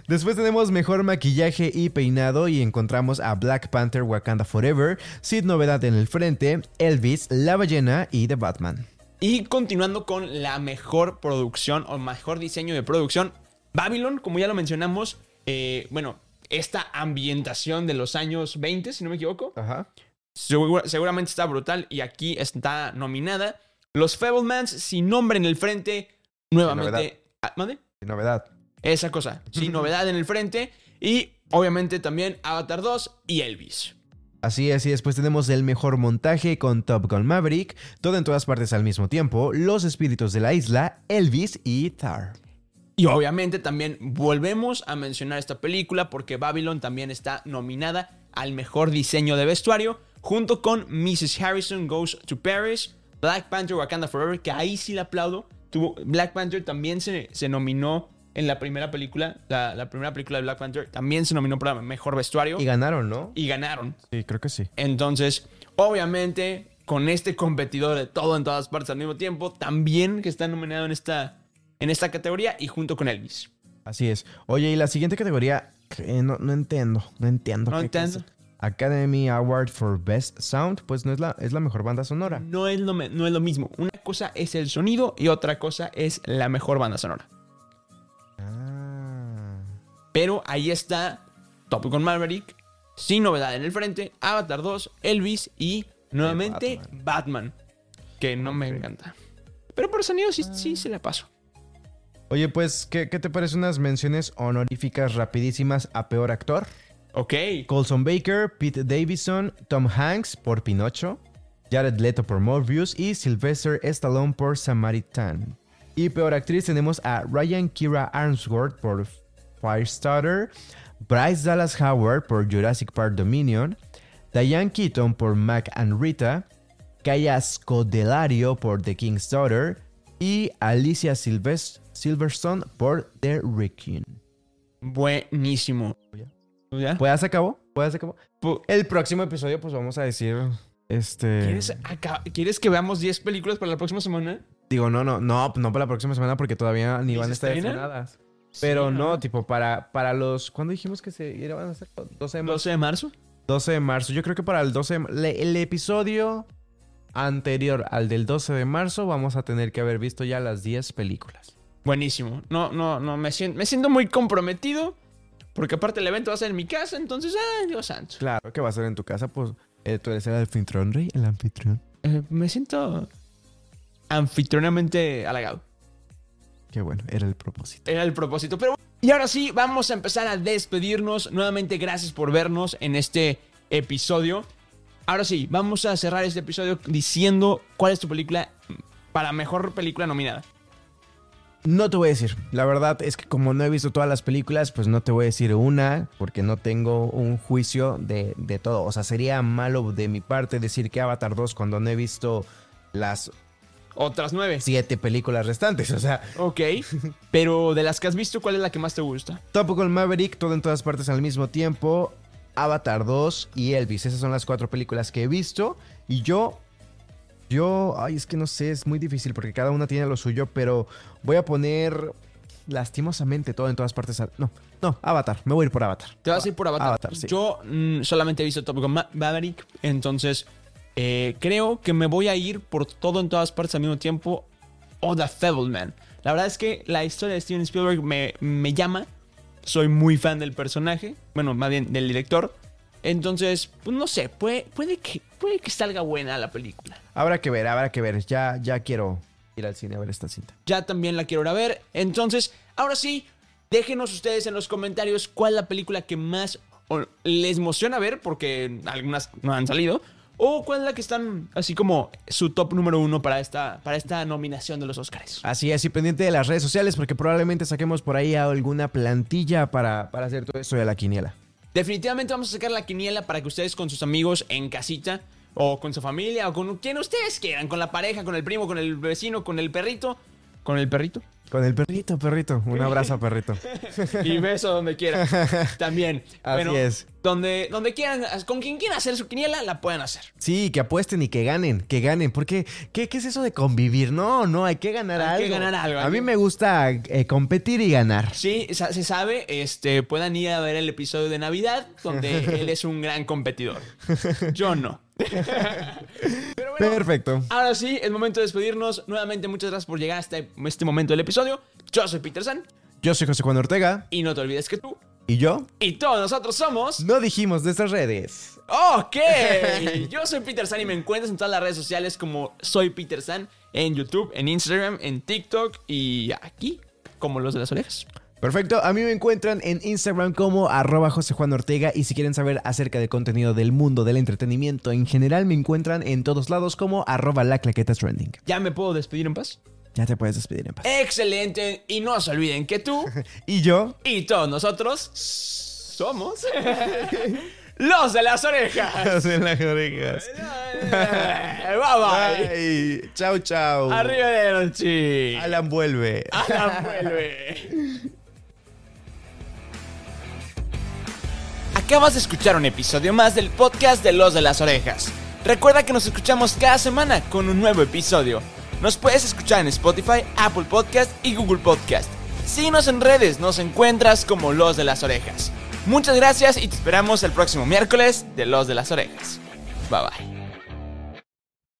Speaker 1: Después tenemos mejor maquillaje y peinado y encontramos a Black Panther Wakanda Forever, Sin Novedad en el Frente, Elvis, La Ballena y The Batman.
Speaker 2: Y continuando con la mejor producción o mejor diseño de producción, Babylon, como ya lo mencionamos, eh, bueno, esta ambientación de los años 20, si no me equivoco,
Speaker 1: Ajá.
Speaker 2: segura- seguramente está brutal y aquí está nominada. Los Fablemans sin nombre en el frente,
Speaker 1: novedad.
Speaker 2: nuevamente... Ah, ¿mande?
Speaker 1: Sin Novedad.
Speaker 2: Esa cosa, sin novedad en el frente y obviamente también Avatar 2 y Elvis.
Speaker 1: Así es, y después tenemos el mejor montaje con Top Gun Maverick, todo en todas partes al mismo tiempo, Los Espíritus de la Isla, Elvis y Tar.
Speaker 2: Y obviamente también volvemos a mencionar esta película porque Babylon también está nominada al mejor diseño de vestuario junto con Mrs. Harrison Goes to Paris, Black Panther Wakanda Forever, que ahí sí le aplaudo. Tuvo, Black Panther también se, se nominó en la primera película, la, la primera película de Black Panther también se nominó para mejor vestuario
Speaker 1: Y ganaron, ¿no?
Speaker 2: y ganaron.
Speaker 1: Sí, creo que sí.
Speaker 2: Entonces, obviamente, con este competidor de todo en todas partes al mismo tiempo, también que está nominado en esta, en esta categoría y junto con Elvis.
Speaker 1: Así es. Oye, y la siguiente categoría, que no, no entiendo, no entiendo.
Speaker 2: No
Speaker 1: qué
Speaker 2: entiendo.
Speaker 1: cosa. Academy Award for Best Sound, pues no es la, es la mejor banda sonora.
Speaker 2: No es, lo, me- no es lo mismo. Una cosa es el sonido y otra cosa es la mejor banda sonora.
Speaker 1: Ah.
Speaker 2: Pero ahí está Top Gun Maverick, sin novedad en el frente, Avatar 2, Elvis y nuevamente Batman. que no me encanta. Pero por sonido sí, sí se la paso.
Speaker 1: Oye, pues, ¿qué, qué te parece unas menciones honoríficas rapidísimas a peor actor?
Speaker 2: Ok.
Speaker 1: Colson Baker, Pete Davidson, Tom Hanks por Pinocho, Jared Leto por Morbius y Sylvester Stallone por Samaritan. Y peor actriz tenemos a Ryan Kira Armsworth por Firestarter, Bryce Dallas Howard por Jurassic Park Dominion, Diane Keaton por Mac and Rita, Kaya Scodelario por The King's Daughter y Alicia Silves- Silverstone por The Wrecking.
Speaker 2: Buenísimo. ¿Ya?
Speaker 1: Pues ya se acabó, pues ya se acabó.
Speaker 2: Pu-
Speaker 1: El próximo episodio, pues vamos a decir. Este.
Speaker 2: ¿Quieres, aca- ¿Quieres que veamos 10 películas para la próxima semana?
Speaker 1: Digo, no, no, no, no para la próxima semana porque todavía ni
Speaker 2: ¿Y
Speaker 1: van
Speaker 2: se
Speaker 1: a estar
Speaker 2: estrenan?
Speaker 1: estrenadas. Pero
Speaker 2: Sí,
Speaker 1: no,
Speaker 2: ajá.
Speaker 1: tipo, para, para los. ¿Cuándo dijimos que se iban a hacer? 12 de marzo.
Speaker 2: 12 de marzo.
Speaker 1: 12 de marzo. Yo creo que para el 12 de, le- El episodio anterior al del 12 de marzo vamos a tener que haber visto ya las 10 películas.
Speaker 2: Buenísimo. No, no, no, me siento, me siento muy comprometido. Porque aparte el evento va a ser en mi casa, entonces, ah, Dios santo.
Speaker 1: Claro que va a ser en tu casa, pues. eh, tú eres el anfitrión, Rey, el anfitrión.
Speaker 2: Eh, me siento anfitrionamente halagado.
Speaker 1: Qué bueno, era el propósito.
Speaker 2: Era el propósito. Pero bueno, y ahora sí, vamos a empezar a despedirnos. Nuevamente, gracias por vernos en este episodio. Ahora sí, vamos a cerrar este episodio diciendo cuál es tu película para mejor película nominada.
Speaker 1: No te voy a decir. La verdad es que como no he visto todas las películas, pues no te voy a decir una, porque no tengo un juicio de, de todo. O sea, sería malo de mi parte decir que Avatar 2 cuando no he visto las
Speaker 2: Otras nueve.
Speaker 1: siete películas restantes. O sea,
Speaker 2: Ok. Pero de las que has visto, ¿cuál es la que más te gusta?
Speaker 1: Top Gun Maverick, todo en todas partes al mismo tiempo, Avatar 2 y Elvis. Esas son las cuatro películas que he visto. Y yo, yo, ay, es que no sé, es muy difícil porque cada una tiene lo suyo, pero voy a poner lastimosamente todo en todas partes al... No, no, Avatar, me voy a ir por Avatar.
Speaker 2: Te vas a ir por Avatar.
Speaker 1: Avatar, sí.
Speaker 2: Yo mm, solamente he visto Top Gun Ma- Maverick, entonces eh, creo que me voy a ir por todo en todas partes al mismo tiempo o The Fableman. La verdad es que la historia de Steven Spielberg me, me llama. Soy muy fan del personaje, bueno, más bien del director. Entonces, pues no sé, puede, puede, que, puede que salga buena la película.
Speaker 1: Habrá que ver, habrá que ver. Ya, ya quiero ir al cine a ver esta cinta.
Speaker 2: Ya también la quiero ir a ver. Entonces, ahora sí, déjenos ustedes en los comentarios cuál es la película que más o- les emociona ver, porque algunas no han salido. O cuál es la que están así como su top número uno para esta, para esta nominación de los Oscars.
Speaker 1: Así es, y pendiente de las redes sociales porque probablemente saquemos por ahí alguna plantilla para, para hacer todo eso de la quiniela.
Speaker 2: Definitivamente vamos a sacar la quiniela para que ustedes con sus amigos en casita o con su familia o con quien ustedes quieran, con la pareja, con el primo, con el vecino, con el perrito, con el perrito
Speaker 1: Con el perrito, perrito. Un abrazo, perrito.
Speaker 2: y beso donde
Speaker 1: <laughs>
Speaker 2: quieran. También.
Speaker 1: Así
Speaker 2: Bueno,
Speaker 1: es.
Speaker 2: Donde, donde quieran, con quien quieran hacer su quiniela, la pueden hacer.
Speaker 1: Sí, que apuesten y que ganen, que ganen. Porque, ¿qué, qué es eso de convivir? No, no, hay que ganar algo.
Speaker 2: Hay que ganar algo,
Speaker 1: A
Speaker 2: hay
Speaker 1: mí
Speaker 2: que-
Speaker 1: me gusta eh, competir y ganar.
Speaker 2: Sí, sa- se sabe, este, puedan ir a ver el episodio de Navidad, donde
Speaker 1: <laughs>
Speaker 2: él es un gran competidor. Yo no.
Speaker 1: Perfecto.
Speaker 2: Ahora sí, el momento de despedirnos. Nuevamente, muchas gracias por llegar hasta este momento del episodio. Yo soy Peter San
Speaker 1: Yo soy José Juan Ortega
Speaker 2: y no te olvides que tú
Speaker 1: y yo
Speaker 2: y todos nosotros somos...
Speaker 1: no dijimos de estas redes.
Speaker 2: Ok, yo soy Peter San y me encuentras en todas las redes sociales como soy Peter San, en YouTube, en Instagram, en TikTok y aquí, como los de las orejas.
Speaker 1: Perfecto, a mí me encuentran en Instagram como arroba José Juan Ortega y si quieren saber acerca del contenido del mundo del entretenimiento en general me encuentran en todos lados como arroba la claqueta trending.
Speaker 2: ¿Ya me puedo despedir en paz?
Speaker 1: Ya te puedes despedir en paz.
Speaker 2: Excelente, y no se olviden que tú
Speaker 1: Y yo, <laughs>
Speaker 2: y todos nosotros somos los de las orejas.
Speaker 1: <laughs> en las orejas.
Speaker 2: Bye bye.
Speaker 1: Ay, Chao, chao.
Speaker 2: Arriba de noche.
Speaker 1: Alan vuelve.
Speaker 2: Alan vuelve.
Speaker 3: Acabas de escuchar un episodio más del podcast de Los de las Orejas. Recuerda que nos escuchamos cada semana con un nuevo episodio. Nos puedes escuchar en Spotify, Apple Podcast y Google Podcast. Síguenos en redes, nos encuentras como Los de las Orejas. Muchas gracias y te esperamos el próximo miércoles de Los de las Orejas. Bye bye.